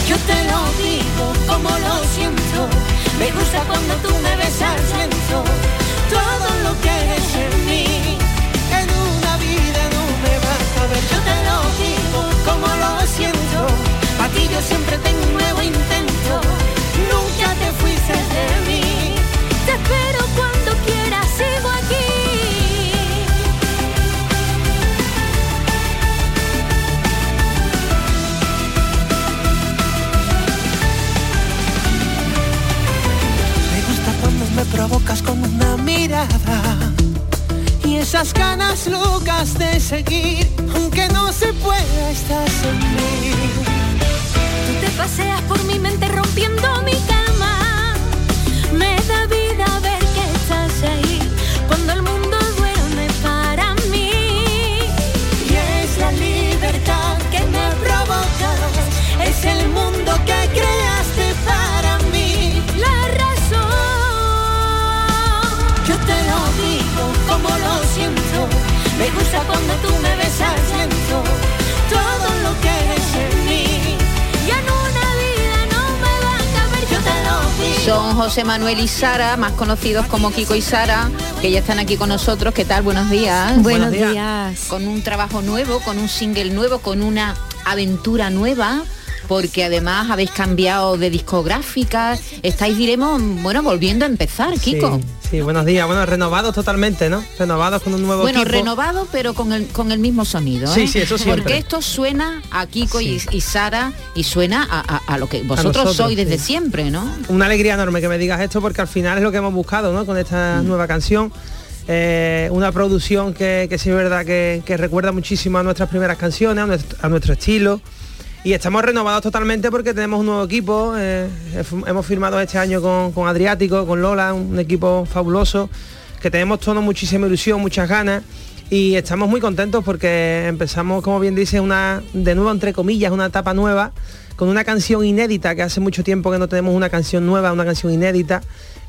S21: Yo te lo digo como lo siento, me gusta cuando tú me besas lento, todo lo que es en mí, en una vida no me vas a ver. Yo te lo digo como lo siento, a ti yo siempre tengo un nuevo intento, nunca te fuiste de mí. Te espero cuando quieras, sigo aquí.
S22: Me gusta cuando me provocas con una mirada y esas ganas locas de seguir, aunque no se pueda, estás en mí.
S21: Tú te paseas por mi mente rompiendo mi cama. Me da vida ver que estás ahí. Cuando el mundo duerme para mí. Y es la libertad que me provocas. Es el mundo que creaste para mí. La razón. Yo te lo digo como lo siento. Me gusta cuando tú me besas lento. Todo lo que es en mí. Y en una vida no me va a caber, yo te lo digo.
S3: Son José Manuel y Sara, más conocidos como Kiko y Sara, que ya están aquí con nosotros. ¿Qué tal? Buenos días.
S23: Buenos Buenos días.
S3: Con un trabajo nuevo, con un single nuevo, con una aventura nueva. Porque además habéis cambiado de discográfica, estáis, diremos, bueno, volviendo a empezar,
S24: Sí,
S3: Kiko.
S24: Sí, buenos días. Bueno, renovados totalmente, ¿no? Renovados con un nuevo
S3: Bueno,
S24: equipo.
S3: renovado, pero con el, con el mismo sonido.
S24: Sí,
S3: ¿eh?
S24: sí, eso siempre.
S3: Porque esto suena a Kiko y- y, Sara y suena a, a- a lo que vosotros
S24: nosotros,
S3: sois desde
S24: sí.
S3: siempre, ¿no?
S24: Una alegría enorme que me digas esto porque al final es lo que hemos buscado, ¿no? Con esta nueva canción. Eh, una producción que, que sí es verdad que, que recuerda muchísimo a nuestras primeras canciones, a nuestro, a nuestro estilo. Y estamos renovados totalmente porque tenemos un nuevo equipo. eh, hef- hemos firmado este año con, con Adriático, con Lola, un equipo fabuloso, que tenemos todos muchísima ilusión, muchas ganas. Y estamos muy contentos porque empezamos, como bien dice, una, de nuevo, entre comillas, una etapa nueva, con una canción inédita, que hace mucho tiempo que no tenemos una canción nueva, una canción inédita.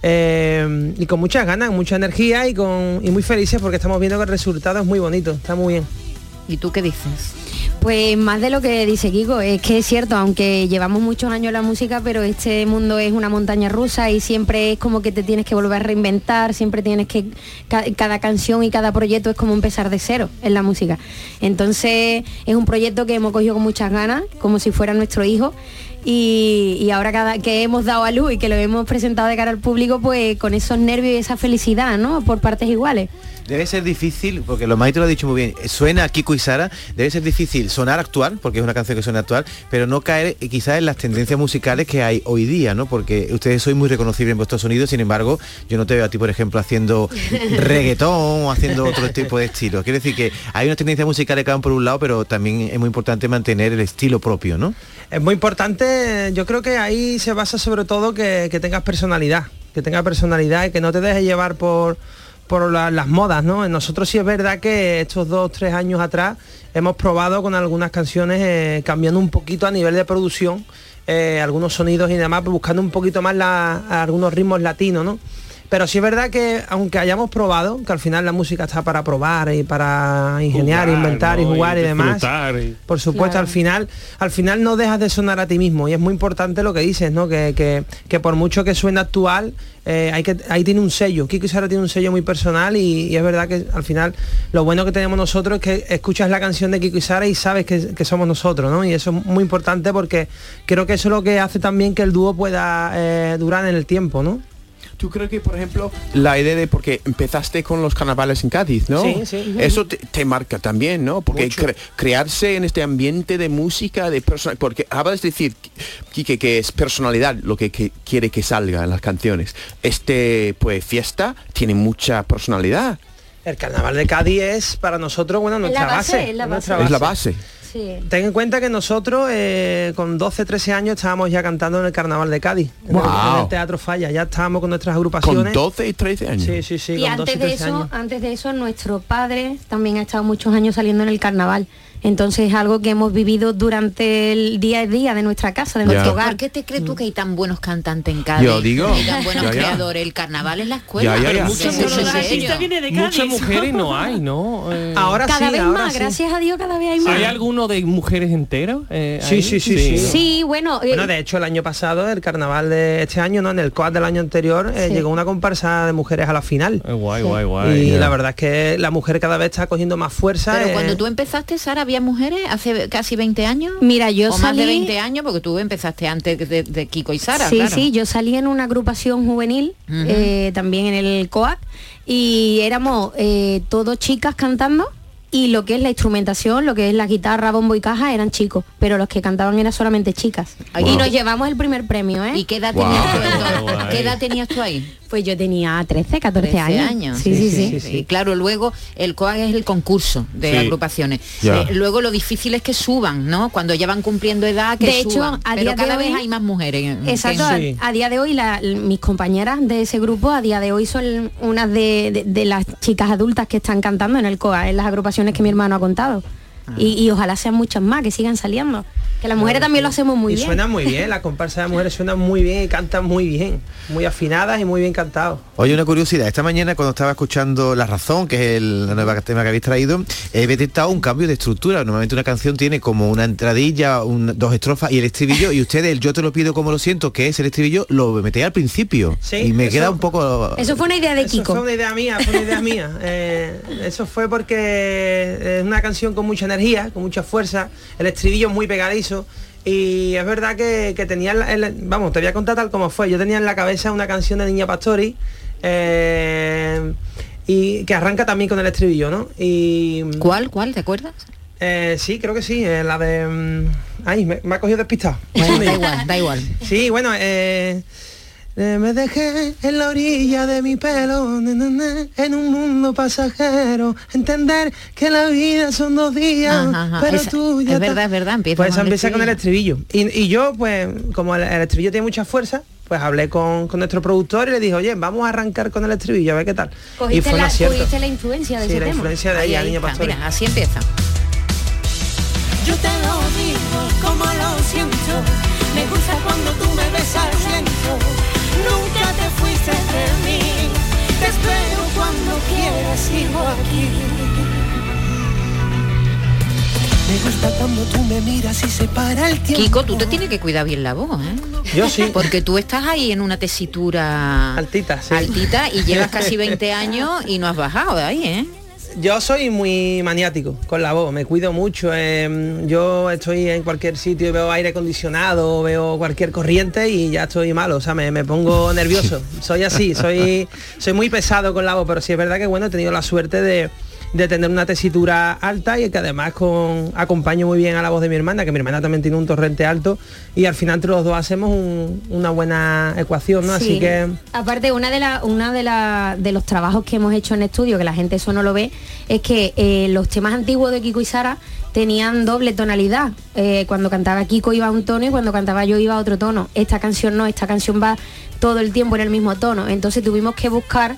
S24: eh, y con muchas ganas, mucha energía y, con, y muy felices porque estamos viendo que el resultado es muy bonito, está muy bien.
S3: ¿Y tú qué dices?
S25: Pues más de lo que dice Kiko, es que es cierto, aunque llevamos muchos años en la música, pero este mundo es una montaña rusa y siempre es como que te tienes que volver a reinventar, siempre tienes que, ca- cada canción y cada proyecto es como empezar de cero en la música. Entonces es un proyecto que hemos cogido con muchas ganas, como si fuera nuestro hijo. Y, y ahora cada, que hemos dado a luz y que lo hemos presentado de cara al público, pues con esos nervios y esa felicidad, ¿no? Por partes iguales.
S5: Debe ser difícil, porque lo maestro lo ha dicho muy bien, eh, suena a Kiko y Sara, debe ser difícil sonar actual, porque es una canción que suena actual, pero no caer eh, quizás en las tendencias musicales que hay hoy día, ¿no? Porque ustedes sois muy reconocibles en vuestros sonidos, sin embargo, yo no te veo a ti, por ejemplo, haciendo reggaetón o haciendo otro tipo de estilo. Quiere decir que hay unas tendencias musicales que van por un lado, pero también es muy importante mantener el estilo propio, ¿no?
S24: Es muy importante, yo creo que ahí se basa sobre todo que, que tengas personalidad, que tengas personalidad y que no te dejes llevar por, por la- las modas, ¿no? En Nosotros sí es verdad que estos dos, tres años atrás hemos probado con algunas canciones eh, cambiando un poquito a nivel de producción, eh, algunos sonidos y demás, buscando un poquito más la- algunos ritmos latinos, ¿no? Pero sí es verdad que aunque hayamos probado, que al final la música está para probar y para ingeniar,
S8: Jugar,
S24: inventar
S8: ¿no?
S24: y jugar y, demás.
S8: disfrutar y-
S24: Por supuesto, al final, al final no dejas de sonar a ti mismo y es muy importante lo que dices, ¿no? Que, que- que por mucho que suene actual, eh, hay que, ahí tiene un sello. Kiko y Sara tiene un sello muy personal y, y es verdad que al final lo bueno que tenemos nosotros es que escuchas la canción de Kiko y Sara y sabes que, que somos nosotros, ¿no? Y eso es muy importante porque creo que eso es lo que hace también que el dúo pueda eh, durar en el tiempo, ¿no?
S6: ¿Tú crees que, por ejemplo, La idea de porque empezaste con los carnavales en Cádiz, ¿no?
S24: Sí, sí.
S6: Eso te, te marca también, ¿no? Porque cre- crearse en este ambiente de música, de persona, porque acabas de decir, Quique, que es personalidad lo que, que quiere que salga en las canciones. Este, pues, fiesta tiene mucha personalidad.
S24: El carnaval de Cádiz es para nosotros, bueno, nuestra
S25: base, es la
S24: nuestra
S25: base.
S6: Es la base.
S25: Sí.
S24: Ten en cuenta que nosotros eh, con 12, 13 años estábamos ya cantando en el Carnaval de Cádiz, en el- en, el,
S6: Wow.
S24: Teatro Falla, ya estábamos con nuestras agrupaciones.
S6: Con 12 y 13 años.
S24: Sí, sí, sí,
S25: Y
S24: con
S25: antes
S24: 12
S25: de
S24: 13
S25: eso,
S24: años.
S25: antes de eso, nuestro padre también ha estado muchos años saliendo en el carnaval. Entonces es algo que hemos vivido durante el día a día de nuestra casa, de
S3: ¿Por
S25: nuestro
S3: qué-
S25: hogar.
S3: ¿Por qué te crees tú que hay tan buenos cantantes en Cádiz?
S25: Yo digo.
S3: Y tan buenos
S8: Ya, ya.
S3: creadores. El carnaval en la escuela.
S8: Ya, ya, ya.
S3: Sí,
S8: Muchas
S3: sí,
S8: mujeres-
S3: sí, sí.
S8: Muchas mujeres no hay, ¿no? Eh,
S25: cada vez más, gracias a Dios cada vez hay más.
S8: ¿Hay alguno de mujeres enteras? eh,
S24: Sí,
S8: ahí?
S24: sí, sí, sí.
S25: Sí, bueno, eh,
S24: Bueno, de hecho el año pasado, el carnaval de este año, ¿no? En el COAD del año anterior, eh,
S25: Sí.
S24: llegó una comparsa de mujeres a la final.
S8: Guay, guay, guay.
S24: Y
S8: Ya.
S24: la verdad es que la mujer cada vez está cogiendo más fuerza.
S3: Pero
S24: eh,
S3: cuando tú empezaste, Sara, ¿había mujeres hace casi 20 años?
S25: Mira, yo
S3: o más de
S25: salí-
S3: 20 años, porque tú empezaste antes de, de Kiko y Sara,
S25: sí,
S3: claro.
S25: sí, yo salí en una agrupación juvenil,
S3: Ujú.
S25: eh, también en el COAC, y éramos eh, todos chicas cantando. Y lo que es la instrumentación, lo que es la guitarra, bombo y caja eran chicos, pero los que cantaban eran solamente chicas.
S3: Wow.
S25: Y nos llevamos el primer premio, ¿eh? ¿Y
S3: qué edad,
S25: tenía
S3: tenías tú entonces? ¿Qué edad tenías tú ahí?
S25: Pues yo tenía 13, 14
S3: 13
S25: años. Sí, sí, sí.
S3: Y claro, luego el COAG es el concurso de
S25: Sí.
S3: agrupaciones.
S25: Ya.
S3: Eh, luego lo difícil es que suban, ¿no? Cuando ya van cumpliendo edad, que
S25: De hecho,
S3: suban.
S25: a
S3: Pero
S25: día de
S3: cada
S25: hoy-
S3: vez hay más mujeres. en-
S25: Exacto,
S3: en-
S25: a- a, día de hoy la- l- mis compañeras de ese grupo a día de hoy son unas de, de- de las chicas adultas que están cantando en el COA, en las agrupaciones que mi hermano ha contado. Y, y ojalá sean muchas más que sigan saliendo. Que las mujeres también lo hacemos muy
S24: y
S25: bien.
S24: suena muy bien, la comparsa de mujeres suena muy bien y cantan muy bien, muy afinadas y muy bien cantados.
S5: Oye, una curiosidad. Esta mañana cuando estaba escuchando La Razón, que es el nuevo tema que habéis traído, he detectado un cambio de estructura. Normalmente una canción tiene como una entradilla, un- dos estrofas y el estribillo. Y ustedes, el yo te lo pido como lo siento, que es el estribillo, lo metéis al principio.
S24: Sí,
S5: y me
S24: eso-
S5: queda un poco...
S25: Eso fue una idea de
S24: Eso
S25: Kiko.
S24: fue una idea mía, fue una idea mía. Eh, eso fue porque es una canción con mucha energía, con mucha fuerza, el estribillo es muy pegadizo. Y es verdad que, que tenía, en la- en la- vamos, te voy a contar tal como fue. Yo tenía en la cabeza una canción de Niña Pastori eh, y que arranca también con el estribillo, ¿no? Y,
S3: ¿Cuál, cuál, te acuerdas?
S24: Eh, sí, creo que sí, eh, la de... mm, Ay, me, me ha cogido despistado.
S3: Bueno, da igual, da igual.
S24: Sí, bueno, eh, eh, me dejé en la orilla de mi pelo, na, na, na, en un mundo pasajero, entender que la vida son dos días,
S3: Ajá, ajá,
S24: pero
S3: esa-
S24: tú ya
S3: es
S24: te-
S3: verdad, es verdad, empieza
S24: Pues
S3: con el
S24: empieza con el estribillo. Y, y yo, pues, como el, el estribillo tiene mucha fuerza, pues hablé con, con nuestro productor y le dije, oye, vamos a arrancar con el estribillo, a ver qué tal. y
S25: Cogiste
S24: fue un
S25: la,
S24: acierto.
S25: cogiste la influencia de
S24: Sí,
S25: ese
S24: la
S25: tema.
S24: influencia de ahí, la niña
S3: está,
S24: pastora.
S3: mira, así empieza.
S21: Yo te lo digo como lo siento, me gusta cuando tú me besas lento, nunca te fuiste de mí, te espero cuando quieras, sigo aquí.
S22: Me gusta cuando tú me miras y se para el tiempo.
S3: Kiko, tú te tienes que cuidar bien la voz, ¿eh?
S24: Yo sí.
S3: Porque tú estás ahí en una tesitura
S24: altita,
S3: altita y llevas casi 20 años y no has bajado de ahí, ¿eh?
S24: Yo soy muy maniático con la voz, me cuido mucho. eh, yo estoy en cualquier sitio y veo aire acondicionado, veo cualquier corriente y ya estoy malo, o sea, me, me pongo nervioso. Soy así, soy, soy muy pesado con la voz, pero sí es verdad que bueno, he tenido la suerte de, de tener una tesitura alta y que además con, acompaño muy bien a la voz de mi hermana, que mi hermana también tiene un torrente alto y al final entre los dos hacemos un- una buena ecuación, ¿no? Así
S25: Sí.
S24: que...
S25: Aparte, una de la, una de la, de los trabajos que hemos hecho en estudio, que la gente eso no lo ve, es que eh, los temas antiguos de Kiko y Sara tenían doble tonalidad. Eh, cuando cantaba Kiko iba a un tono y cuando cantaba yo iba a otro tono. Esta canción no, esta canción va todo el tiempo en el mismo tono. Entonces tuvimos que buscar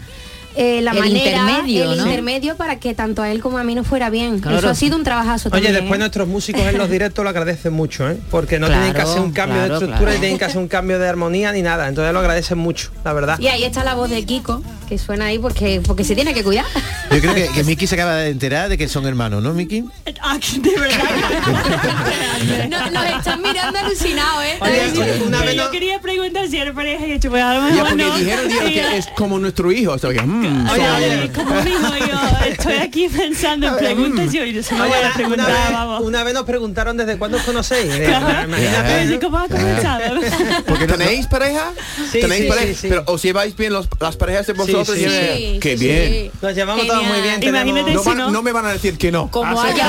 S25: eh, la
S3: El
S25: manera,
S3: intermedio,
S25: el
S3: ¿no?
S25: intermedio para que tanto a él como a mí no fuera bien.
S24: Claro.
S25: Eso ha sido un trabajazo
S24: Oye,
S25: también,
S24: después
S25: ¿eh?
S24: nuestros músicos en los directos lo agradecen mucho, ¿eh? Porque no tienen que
S25: Claro,
S24: hacer un cambio
S25: claro,
S24: de estructura
S25: claro.
S24: y tienen que hacer un cambio de armonía ni nada. Entonces lo agradecen mucho, la verdad.
S25: Y ahí está la voz de Kiko, que suena ahí porque, porque se tiene que cuidar.
S5: Yo creo que, que Miki se acaba de enterar de que son hermanos, ¿no, Miki?
S25: No, nos están mirando alucinados, ¿eh?
S6: una vez
S4: yo
S6: no-
S4: quería preguntar si era pareja y he hecho, pues a lo
S6: Ya
S4: mejor
S6: porque
S4: no.
S6: dijeron digo,
S4: Y yo,
S6: que es como nuestro hijo. o sea, que, mm,
S4: Oye,
S6: son-
S4: oye, como dijo yo, estoy aquí pensando en preguntas y hoy se me
S24: mm. Oye,
S4: voy a
S24: una, una
S4: preguntar,
S24: vez,
S4: vamos.
S24: una vez nos preguntaron desde cuándo os conocéis. Eh, imagínate.
S4: ¿Cómo ha comenzado?
S6: Porque tenéis pareja,
S24: Sí,
S6: tenéis
S24: sí,
S6: pareja,
S24: sí, sí.
S6: pero os lleváis bien los- las parejas de vosotros.
S24: sí,
S6: Lleva-
S24: sí.
S6: qué
S24: Sí,
S6: bien.
S24: sí. Nos llevamos todos muy bien. tenemos-
S6: Imagínate no, van- no me van a decir que no.
S25: Como haya-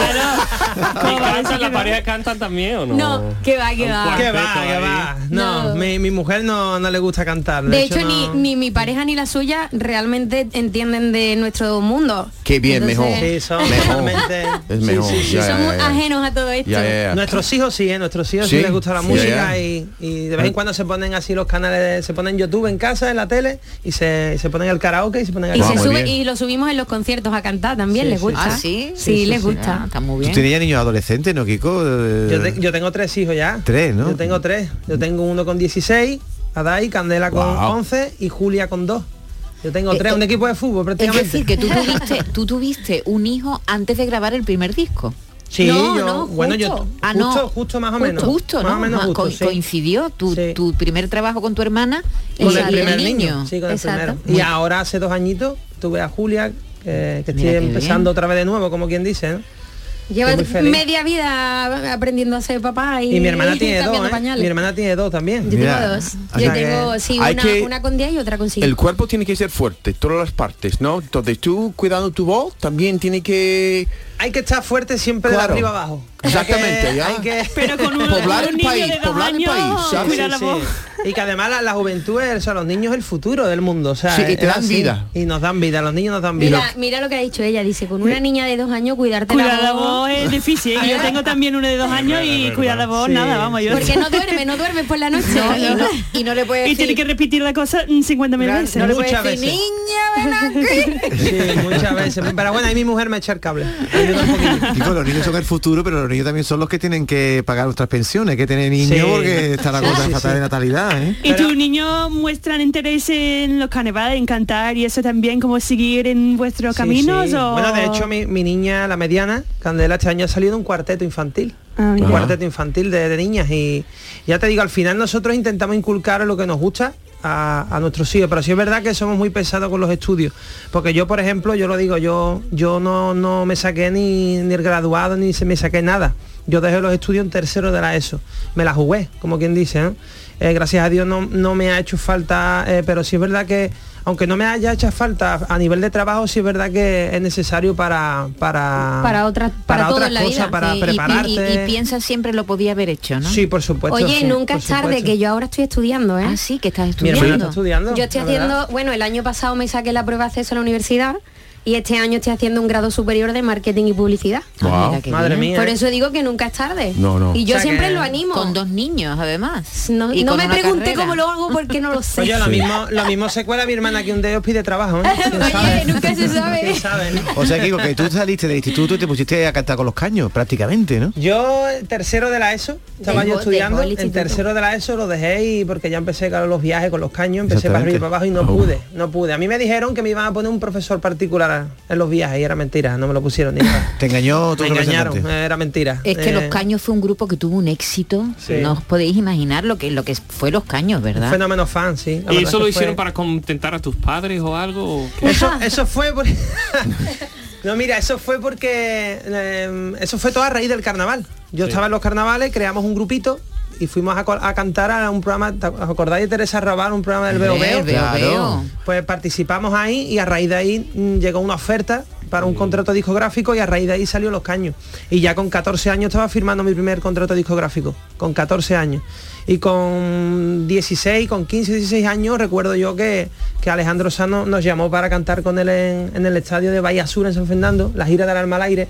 S8: ¿Y cantan, la pareja cantan también o no?
S25: No, que va, que va.
S24: ¿Qué va, qué va? No, Mi, mi mujer no, no le gusta cantar.
S25: De hecho, ni,
S24: no.
S25: ni mi pareja ni la suya realmente entienden de nuestro mundo.
S6: Qué bien, mejor.
S24: Sí, son totalmente-
S6: Es mejor.
S24: sí, sí,
S6: ya,
S24: son
S6: ya,
S25: Somos
S6: ya.
S25: ajenos a todo esto.
S6: Ya, ya, ya.
S24: Nuestros hijos sí, ¿eh? nuestros hijos sí,
S6: Sí,
S24: les gusta la
S6: sí,
S24: música
S6: ya. Ah.
S24: y, y de vez en cuando se ponen así los canales, se ponen YouTube en casa, en la tele y se, se ponen el karaoke y se ponen el
S25: Y, se
S24: karaoke.
S25: sube, y lo subimos en los conciertos a cantar también,
S24: Sí,
S25: les
S24: sí,
S25: gusta.
S24: sí. Ah, ¿sí?
S25: Sí,
S24: Sí, sí,
S25: les
S24: sí.
S25: gusta.
S24: Ah,
S25: está muy
S5: Tú tenías ya niños adolescentes, ¿no, Kiko? Eh,
S24: Yo, te- yo tengo tres hijos ya.
S5: Tres, ¿no?
S24: Yo tengo tres. Yo tengo uno con 16, Adai, Candela con
S5: Guau.
S24: 11 y Julia con 2. Yo tengo
S3: Eh,
S24: tres,
S3: eh,
S24: un equipo de fútbol
S3: Es
S24: prácticamente.
S3: decir, que tú tuviste, tú tuviste un hijo antes de grabar el primer disco.
S24: Sí,
S3: No,
S24: yo-
S3: no,
S24: bueno, yo-
S3: justo. Ah,
S24: justo- justo más o menos.
S3: Justo,
S24: Más
S3: ¿no?
S24: o menos
S3: Ma-
S24: justo,
S3: co-
S24: sí.
S3: coincidió tu, tu primer trabajo con tu hermana y
S24: con el
S3: y
S24: primer niño. Sí, con el
S3: Exacto.
S24: primero.
S3: Muy
S24: Y ahora hace dos añitos tuve a Julia, que, que estoy
S3: Mira qué
S24: empezando
S3: bien.
S24: otra vez de nuevo, como quien dice. ¿no?
S25: Lleva
S24: Estoy muy feliz.
S25: media vida aprendiendo a ser papá y,
S24: Y mi hermana tiene dos,
S25: cambiando
S24: ¿eh?
S25: pañales.
S24: Mi hermana tiene dos también.
S25: Yo tengo dos. Yo
S6: Mira,
S25: tengo, sí,
S6: hay
S25: una,
S6: que-
S25: una con 10 y otra con 5.
S6: El cuerpo tiene que ser fuerte, todas las partes, ¿no? Entonces tú cuidando tu voz también tiene que...
S24: Hay que estar fuerte siempre
S6: Claro.
S24: de arriba abajo.
S6: Exactamente, ya.
S4: Pero con un-
S6: Poblar
S4: con un
S6: el
S4: niño
S6: país,
S4: de dos
S6: poblar el
S4: años,
S6: país, ¿sabes?
S4: cuida la voz.
S24: Y que además la, la juventud es, o sea, los niños es el futuro del mundo. O sea,
S6: Sí, y te
S24: es
S6: dan
S24: así.
S6: vida.
S24: Y nos dan vida, los niños nos dan vida.
S25: Mira, mira lo que ha dicho ella, dice, con
S24: Eh.
S25: una niña de dos años cuidarte
S4: Cuidar la voz es difícil. y Yo tengo también uno de dos años y cuidar la voz,
S24: Sí,
S4: nada, vamos, yo.
S25: Porque no duerme, no duerme por la noche.
S4: No, y no-
S25: y no le puede
S4: Y tiene que repetir la cosa mm, 50.000 veces.
S24: no le puede Muchas decir, veces.
S25: niña, Pues, ven aquí.
S24: Sí, muchas veces. Pero bueno, ahí mi mujer me echa el cable. Ahí niños tampoco.
S5: Digo, los niños son el futuro, pero los niños también son los que tienen que pagar nuestras pensiones, que tienen niños
S24: Sí.
S5: porque está la cosa
S24: Sí, sí,
S5: fatal
S24: sí.
S5: de natalidad, ¿eh?
S4: ¿Y tus niños muestran interés en los carnavales, en cantar y eso también, como seguir en vuestros
S24: Sí,
S4: caminos?
S24: sí.
S4: O...
S24: Bueno, de hecho, mi, mi niña, la mediana, Candela, este año ha salido un cuarteto infantil.
S4: Ah,
S24: un
S4: mira.
S24: cuarteto infantil de, de niñas. Y ya te digo, al final nosotros intentamos inculcar lo que nos gusta a, a nuestros hijos. Pero sí es verdad que somos muy pesados con los estudios. Porque yo, por ejemplo, yo lo digo, yo, yo no, no me saqué ni, ni el graduado, ni se me saqué nada. Yo dejé los estudios en tercero de la ESO. Me la jugué, como quien dice, ¿no? Eh, gracias a Dios no, no me ha hecho falta, eh, pero sí es verdad que, aunque no me haya hecho falta a nivel de trabajo, sí es verdad que es necesario para... Para,
S3: Para otras para,
S24: para
S3: todo
S24: otras
S3: en la
S24: cosas,
S3: vida.
S24: para
S3: Sí, y- y-
S24: prepararte.
S3: Y, y piensa siempre lo podía haber hecho, ¿no?
S24: Sí, por supuesto.
S25: Oye,
S24: sí,
S25: nunca
S24: por
S25: es tarde,
S24: supuesto.
S25: que yo ahora estoy estudiando, ¿eh?
S3: Ah, sí, que estás
S24: Mi hermana
S25: estudiando.
S24: está estudiando,
S25: Yo estoy
S24: la verdad.
S25: haciendo, bueno, el año pasado me saqué la prueba de acceso a la universidad y este año estoy haciendo un grado superior de marketing y publicidad.
S24: Ah,
S6: Guau. mira qué Madre bien. mía,
S25: Por
S6: ¿eh?
S25: eso digo que nunca es tarde.
S6: No, no.
S25: Y yo
S6: O sea
S25: siempre
S6: que-
S25: lo animo.
S3: Con dos niños, además.
S25: No,
S3: Y
S25: no
S3: con
S25: me
S3: una
S25: pregunté
S3: carrera.
S25: cómo lo hago porque no lo sé.
S24: Oye, Pues lo mismo, lo mismo se cuela mi hermana que un día os pide trabajo, ¿eh? ¿Quién sabe?
S25: nunca se sabe.
S5: O sea, Kiko, que tú saliste del instituto y te pusiste a cantar con los caños, prácticamente, ¿no?
S24: Yo el tercero de la ESO,
S5: Dejó-
S24: estaba yo
S5: dejó
S24: estudiando,
S5: el
S24: el
S5: instituto.
S24: tercero de la ESO lo dejé y porque ya empecé claro, los viajes con los caños, empecé para arriba y
S5: Exactamente.
S24: para abajo y no
S5: Ah,
S24: pude,
S5: bueno.
S24: no pude. A mí me dijeron que me iban a poner un profesor particular en los viajes y era mentira, no me lo pusieron ni nada.
S5: Te engañó tu
S24: Me engañaron,
S5: representante.
S24: eh, era mentira.
S3: Es que
S24: Eh,
S3: Los Caños fue un grupo que tuvo un éxito.
S24: Sí.
S3: No os podéis imaginar lo que, lo que fue Los Caños,
S24: un
S3: ¿verdad?
S24: fenómeno fan, sí. La
S8: ¿Y
S24: verdad
S8: eso
S24: que
S8: lo
S24: fue-
S8: hicieron para contentar a tus padres o algo? o qué?
S24: Eso, eso fue por... No, mira, eso fue porque... eh, eso fue todo a raíz del carnaval. Yo
S8: Sí.
S24: estaba en los carnavales, creamos un grupito y fuimos a, co- a cantar a un programa, ¿te ac- ¿os acordáis de Teresa Rabar, un programa del Veo
S3: Hombre,
S24: Veo?
S3: el Veo Claro. Veo.
S24: Pues participamos ahí y a raíz de ahí mm, llegó una oferta para un contrato discográfico y a raíz de ahí salió Los Caños. Y ya con 14 años estaba firmando mi primer contrato discográfico, con 14 años. Y con 16, con 15, 16 años recuerdo yo que, que Alejandro Sano nos llamó para cantar con él en, en el estadio de Bahía Sur en San Fernando, la gira del Alma al Aire.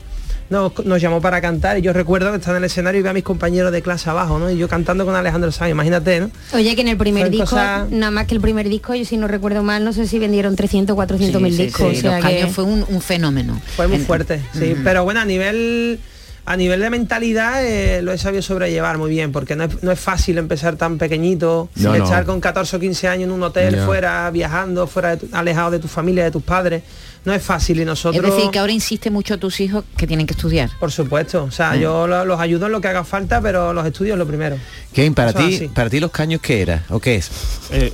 S24: Nos, nos llamó para cantar y yo recuerdo que estaba en el escenario y ve a mis compañeros de clase abajo, ¿no? Y yo cantando con Alejandro Sanz, imagínate, ¿no?
S25: Oye, que en el primer
S24: Son
S25: disco,
S24: cosas-
S25: nada más que el primer disco, yo si no recuerdo mal, no sé si vendieron 300, 400 mil
S3: Sí, sí,
S25: discos.
S3: sí,
S25: o sea
S3: Los
S25: que-
S3: Caños fue un, un fenómeno.
S24: Fue muy fuerte, sí.
S3: Ujú.
S24: Pero bueno, a nivel a nivel de mentalidad eh, lo he sabido sobrellevar muy bien, porque no es, no es fácil empezar tan pequeñito,
S5: No, no.
S24: estar con 14 o 15 años en un hotel,
S5: Ya.
S24: fuera, viajando, fuera de tu- alejado de tu familia, de tus padres. No es fácil y
S3: Es
S24: nosotros...
S3: decir, que ahora insiste mucho tus hijos que tienen que estudiar.
S24: Por supuesto, o sea, yo
S5: Mm.
S24: lo- los ayudo en lo que haga falta, pero los estudios lo primero.
S5: Ken, para
S24: Eso es
S5: ti,
S24: así.
S5: para ti los caños qué era o qué es?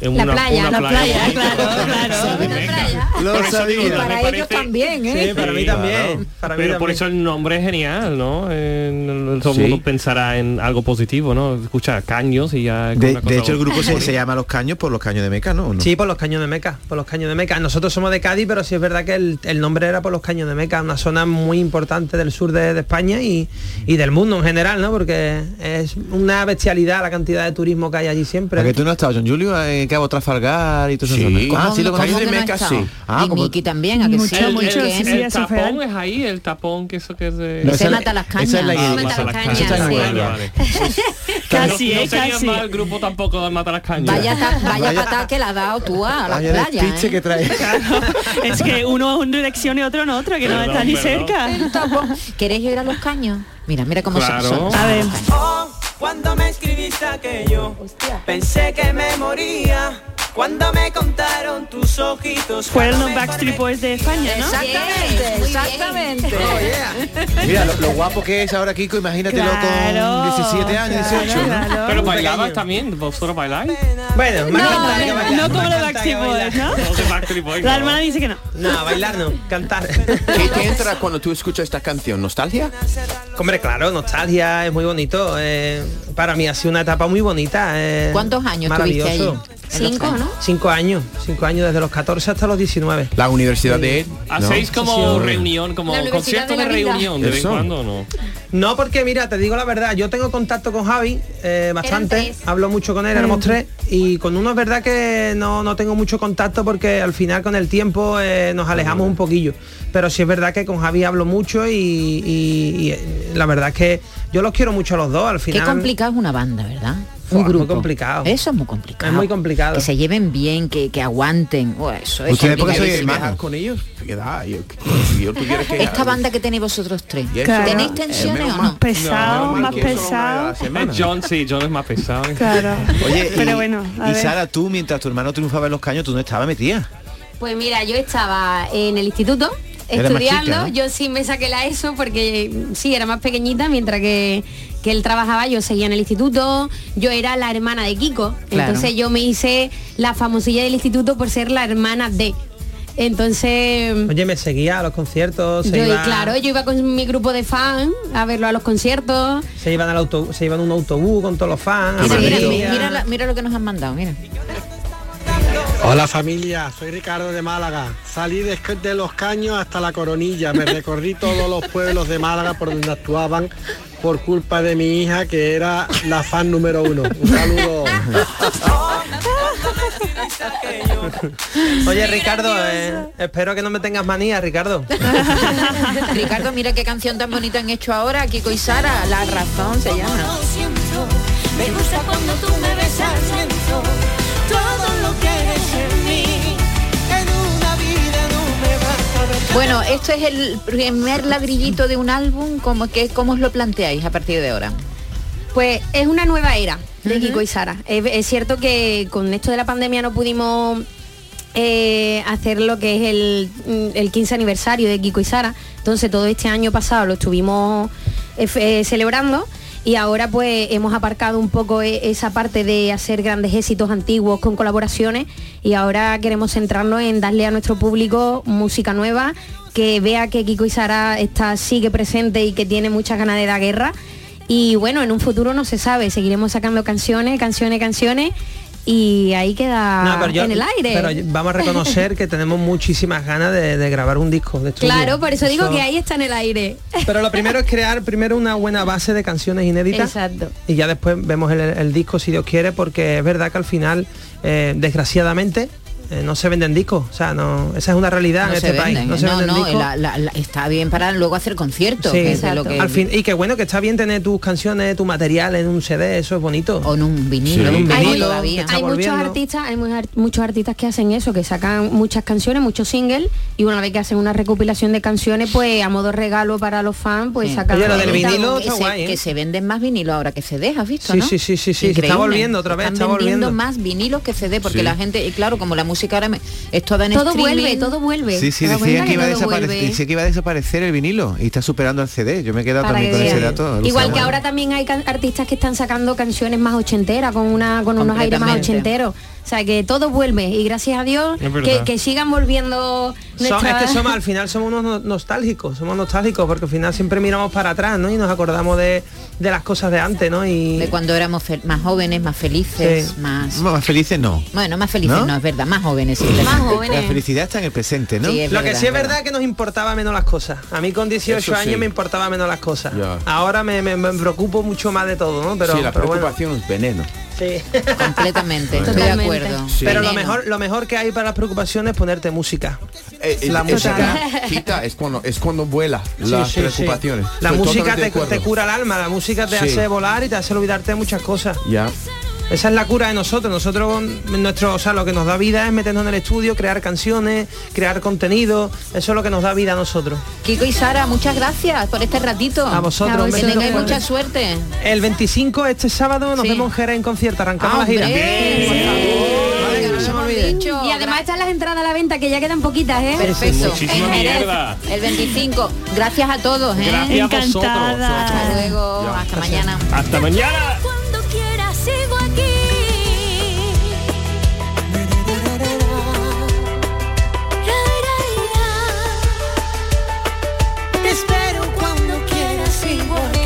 S24: La una- playa, una la playa playa,
S5: Lo
S8: Por eso digo,
S5: sabía.
S8: me
S3: Para ellos
S8: parece-
S3: también, ¿eh?
S24: Sí, para mí también,
S8: claro.
S24: para mí
S8: Pero por
S24: también.
S8: eso el nombre es genial, ¿no? Eh, En- todo
S5: Sí.
S8: el mundo pensará en algo positivo, ¿no? Escucha caños y ya... es
S5: De,
S8: una cosa
S5: de hecho, el grupo se,
S8: bonita.
S5: se llama Los Caños por los caños de Meca, ¿no? ¿O no?
S24: Sí, por los caños de Meca, por los caños de Meca. Nosotros somos de Cádiz, pero sí es verdad que el, el nombre era por los caños de Meca, una zona muy importante del sur de, de España y, y del mundo en general, ¿no? Porque es una bestialidad la cantidad de turismo que hay allí siempre.
S5: ¿A que tú no has estado, John Julio, en Cabo Trafalgar y todo eso?
S6: Sí.
S5: Ah, sí, lo
S3: ¿Cómo
S5: conoces.
S3: que no ha estado?
S5: Ah,
S3: y
S5: como-
S3: Miki también, a que sí,
S8: El,
S3: Miki,
S8: el-
S3: ¿eh?
S8: el tapón es ahí, el tapón que eso que es de...
S3: No, Se esa- mata las cañas.
S5: esa es la
S8: Ah,
S5: idea.
S8: mata las
S5: Eso
S8: cañas.
S5: está en
S8: Vale,
S5: Huelva.
S8: vale.
S4: Casi,
S8: no,
S4: eh,
S8: no sería
S4: casi.
S8: mal el grupo tampoco de matar las cañas.
S3: Vaya, ta- vaya
S8: Vaya-
S3: patada que la ha dado tú a la
S8: vaya
S3: playa.
S8: despiche
S3: ¿eh?
S5: que trae.
S4: es que uno es una dirección y otro en otra, que no
S8: Perdón,
S4: está ni
S8: perdón.
S4: cerca.
S3: El tapón. ¿Queréis ir a los caños? Mira, mira cómo se-
S8: Claro.
S3: son.
S8: A ver.
S26: Oh, cuando me escribiste aquello, pensé que me moría. Cuando me contaron tus ojitos.
S4: Fueron los Backstreet Boys de España, ¿no?
S26: Exactamente,
S4: exactamente.
S24: Oh,
S5: Mira, lo, lo guapo que es ahora, Kiko, imagínatelo
S4: Claro,
S5: con 17 años, 18. ¿no?
S8: Pero bailabas también, vosotros bailáis.
S24: Bueno,
S4: No, no como los Backstreet Boys, ¿no? La hermana dice que no.
S24: No, bailar no, cantar.
S6: ¿Qué te entra cuando tú escuchas esta canción? ¿Nostalgia?
S24: Hombre, claro, nostalgia, es muy bonito. eh, para mí ha sido una etapa muy bonita. eh,
S3: ¿Cuántos años
S24: maravilloso.
S3: tuviste ahí? Cinco, ¿no?
S24: Cinco años, cinco años desde los 14 hasta los 19.
S6: La universidad de él.
S8: ¿Hacéis
S24: No. Sí,
S8: como
S24: sí.
S8: reunión, como
S24: La universidad
S8: concierto
S24: de
S8: de,
S24: la vida.
S8: reunión de vez en
S24: Eso.
S8: cuando o no?
S24: No, porque mira, te digo la verdad, yo tengo contacto con Javi eh, bastante, hablo mucho con él,
S25: Mm.
S24: éramos tres, y con uno es verdad que no, no tengo mucho contacto porque al final con el tiempo eh, nos alejamos un poquillo, pero sí es verdad que con Javi hablo mucho y, y- y, eh, la verdad es que yo los quiero mucho a los dos, al
S3: Qué
S24: final...
S3: complicado es una banda, ¿verdad? un grupo.
S24: muy complicado.
S3: Eso es muy complicado.
S24: Es muy complicado.
S3: Que se lleven bien, que, que aguanten. Buah, eso es
S6: Ustedes porque soy
S3: complicadísimo.
S6: hermanos con ellos, ¿qué da? Yo, si yo tuviera que...
S3: Esta banda que tenéis vosotros tres,
S6: Y eso era-
S3: ¿tenéis
S6: eh,
S3: tensiones
S6: menos
S3: o
S6: mal.
S3: no?
S4: Pesado, más pesado.
S8: Eh, John sí, John es más pesado.
S4: Claro.
S5: Oye, y,
S4: Pero bueno, a
S5: y
S4: ver.
S5: Sara, tú mientras tu hermano triunfaba en los caños, tú no estabas metida.
S25: Pues mira, yo estaba en el instituto
S5: Era más
S25: estudiando,
S5: chica, ¿no?
S25: yo sí me saqué la ESO porque mm, sí, era más pequeñita, mientras que, que él trabajaba, yo seguía en el instituto, yo era la hermana de Kiko,
S27: Claro.
S25: entonces yo me hice la famosilla del instituto por ser la hermana de. Entonces,
S24: Oye, me seguía a los conciertos, se,
S25: yo, y
S24: iba,
S25: claro, yo iba con mi grupo de fan a verlo a los conciertos.
S24: se iban al auto, se iban en un autobús con todos los fans.
S3: Mira,
S24: a
S3: mira,
S24: Madrid.
S3: mira, mira la- mira lo que nos han mandado, mira.
S10: Hola familia, soy Ricardo de Málaga. Salí de, de Los Caños hasta La Coronilla. Me recorrí todos los pueblos de Málaga por donde actuaban por culpa de mi hija que era la fan número uno. Un saludo.
S24: Oye, Ricardo, eh, espero que no me tengas manía, Ricardo.
S3: Ricardo, mira qué canción tan bonita han hecho ahora, Kiko y Sara, La Razón se llama.
S21: Me gusta cuando tú me besas, siento todo lo que eres en mí. En una vida no me vas a ver.
S3: Bueno, esto es el primer ladrillito de un álbum, ¿cómo, que, ¿cómo os lo planteáis a partir de ahora?
S25: Pues es una nueva era de Kiko y Sara. Es, es cierto que con esto de la pandemia no pudimos eh, hacer lo que es el, mm, el 15 aniversario de Kiko y Sara. Entonces todo este año pasado lo estuvimos eh, fe- eh, celebrando y ahora pues hemos aparcado un poco e- esa parte de hacer grandes éxitos antiguos con colaboraciones y ahora queremos centrarnos en darle a nuestro público música nueva que vea que Kiko y Sara está sigue presente y que tiene muchas ganas de dar guerra y bueno, en un futuro no se sabe, seguiremos sacando canciones, canciones, canciones y ahí queda
S24: No, pero yo-
S25: Ah, en el aire.
S24: Pero yo- vamos a reconocer que tenemos muchísimas ganas de, de grabar un disco de estudio.
S25: Claro, por eso digo
S24: Eso-
S25: que ahí está en el aire.
S24: Pero lo primero es crear primero una buena base de canciones inéditas.
S25: Exacto.
S24: Y ya después vemos el, el disco si Dios quiere, porque es verdad que al final, eh, desgraciadamente, eh, no se venden discos. O sea, no, esa es una realidad
S3: No
S24: en
S3: se
S24: este país.
S3: venden,
S24: No se
S3: no,
S24: venden
S3: no,
S24: discos.
S3: la- la- la- está bien para luego hacer conciertos.
S24: Sí.
S3: que es de lo que-
S24: Al fin, y qué bueno que está bien tener tus canciones, tu material en un CD, eso es bonito. O
S3: en un
S24: vinilo,
S3: Sí.
S24: un
S3: Hay
S24: vinilo.
S3: mu-
S24: que está
S25: Hay muchos
S24: volviendo.
S25: artistas, hay muy ar- muchos artistas que hacen eso, que sacan muchas canciones, muchos singles y una vez que hacen una recopilación de canciones, pues a modo regalo para los fans, pues sacan
S3: que se, que se venden más vinilo ahora que CDs, ¿has visto?
S24: ¿eh? Sí,
S3: no?
S24: sí, sí, sí, sí, que está
S3: Increíble.
S24: volviendo otra vez,
S3: Están
S24: está
S3: vendiendo
S24: volviendo.
S3: más vinilos que CD porque
S24: Sí.
S3: la gente, y claro, como la música ahora me- es toda en
S25: Todo
S3: streaming,
S25: vuelve, todo vuelve.
S5: Sí,
S3: Ah,
S5: sí,
S25: ¿Te das
S5: decía
S25: cuenta
S5: que, iba a
S25: todo
S5: desaparecer,
S25: vuelve?
S5: decía que iba a desaparecer el vinilo y está superando al CD. Yo me he quedado
S25: Para
S5: también
S25: que
S5: con ese
S25: vean.
S5: dato.
S25: Igual que
S5: alucinante.
S25: ahora también hay can- artistas que están sacando canciones más ochenteras, con una con unos aires más
S3: Completamente.
S25: ochenteros. O sea que todo vuelve y gracias a Dios
S24: Es
S25: que,
S24: verdad.
S25: que sigan volviendo
S24: Som-
S25: nuestra-
S24: es que somos, al final somos unos no- nostálgicos, somos nostálgicos porque al final siempre miramos para atrás, ¿no? Y nos acordamos de, de las cosas de antes, ¿no? Y
S3: de cuando éramos fel- más jóvenes, más felices,
S24: Sí.
S3: más...
S5: Más felices no.
S3: Bueno, más felices
S5: ¿No?
S3: no, es verdad, más jóvenes. Más
S5: La felicidad está en el presente, ¿no?
S3: Sí, es
S24: Lo que sí es verdad que nos importaba menos las cosas. A mí con 18
S5: Eso sí.
S24: años me importaba menos las cosas.
S6: Ya.
S24: Ahora me, me- me preocupo mucho más de todo, ¿no? Pero,
S6: sí, la
S24: pero bueno.
S6: preocupación es veneno.
S3: Completamente, estoy de
S24: Totalmente.
S3: acuerdo.
S24: Pero lo
S3: Veneno.
S24: mejor, lo mejor que hay para las preocupaciones es ponerte música.
S6: Eh, eh,
S24: La
S6: esa
S24: música.
S6: quita, es cuando es cuando vuela
S24: Sí,
S6: las
S24: sí, sí.
S6: preocupaciones.
S24: La
S6: Estoy
S24: música
S6: totalmente de
S24: te,
S6: acuerdo.
S24: te cura el alma, la música te
S6: Sí.
S24: hace volar y te hace olvidarte de muchas cosas.
S6: Ya.
S24: Esa es la cura de nosotros. Nosotros, nuestro, o sea, lo que nos da vida es meternos en el estudio, crear canciones, crear contenido. Eso es lo que nos da vida a nosotros.
S3: Kiko y Sara, muchas gracias por este ratito.
S24: A vosotros, un
S3: Que
S24: besito
S3: tengáis
S24: fuerte.
S3: mucha suerte.
S24: El 25, este sábado, nos vemos en Jerez en concierto.
S3: Ah,
S24: Arrancamos la gira.
S25: y además están las entradas a la venta que ya quedan poquitas, ¿eh?
S3: Perfecto.
S8: Muchísima
S3: En Jerez,
S8: mierda.
S3: El 25. Gracias a todos, ¿eh?
S8: Gracias a vosotros.
S3: Hasta luego. Hasta mañana.
S8: Hasta mañana.
S21: Cuando quiera sigo aquí. Te espero cuando quiera sigo aquí.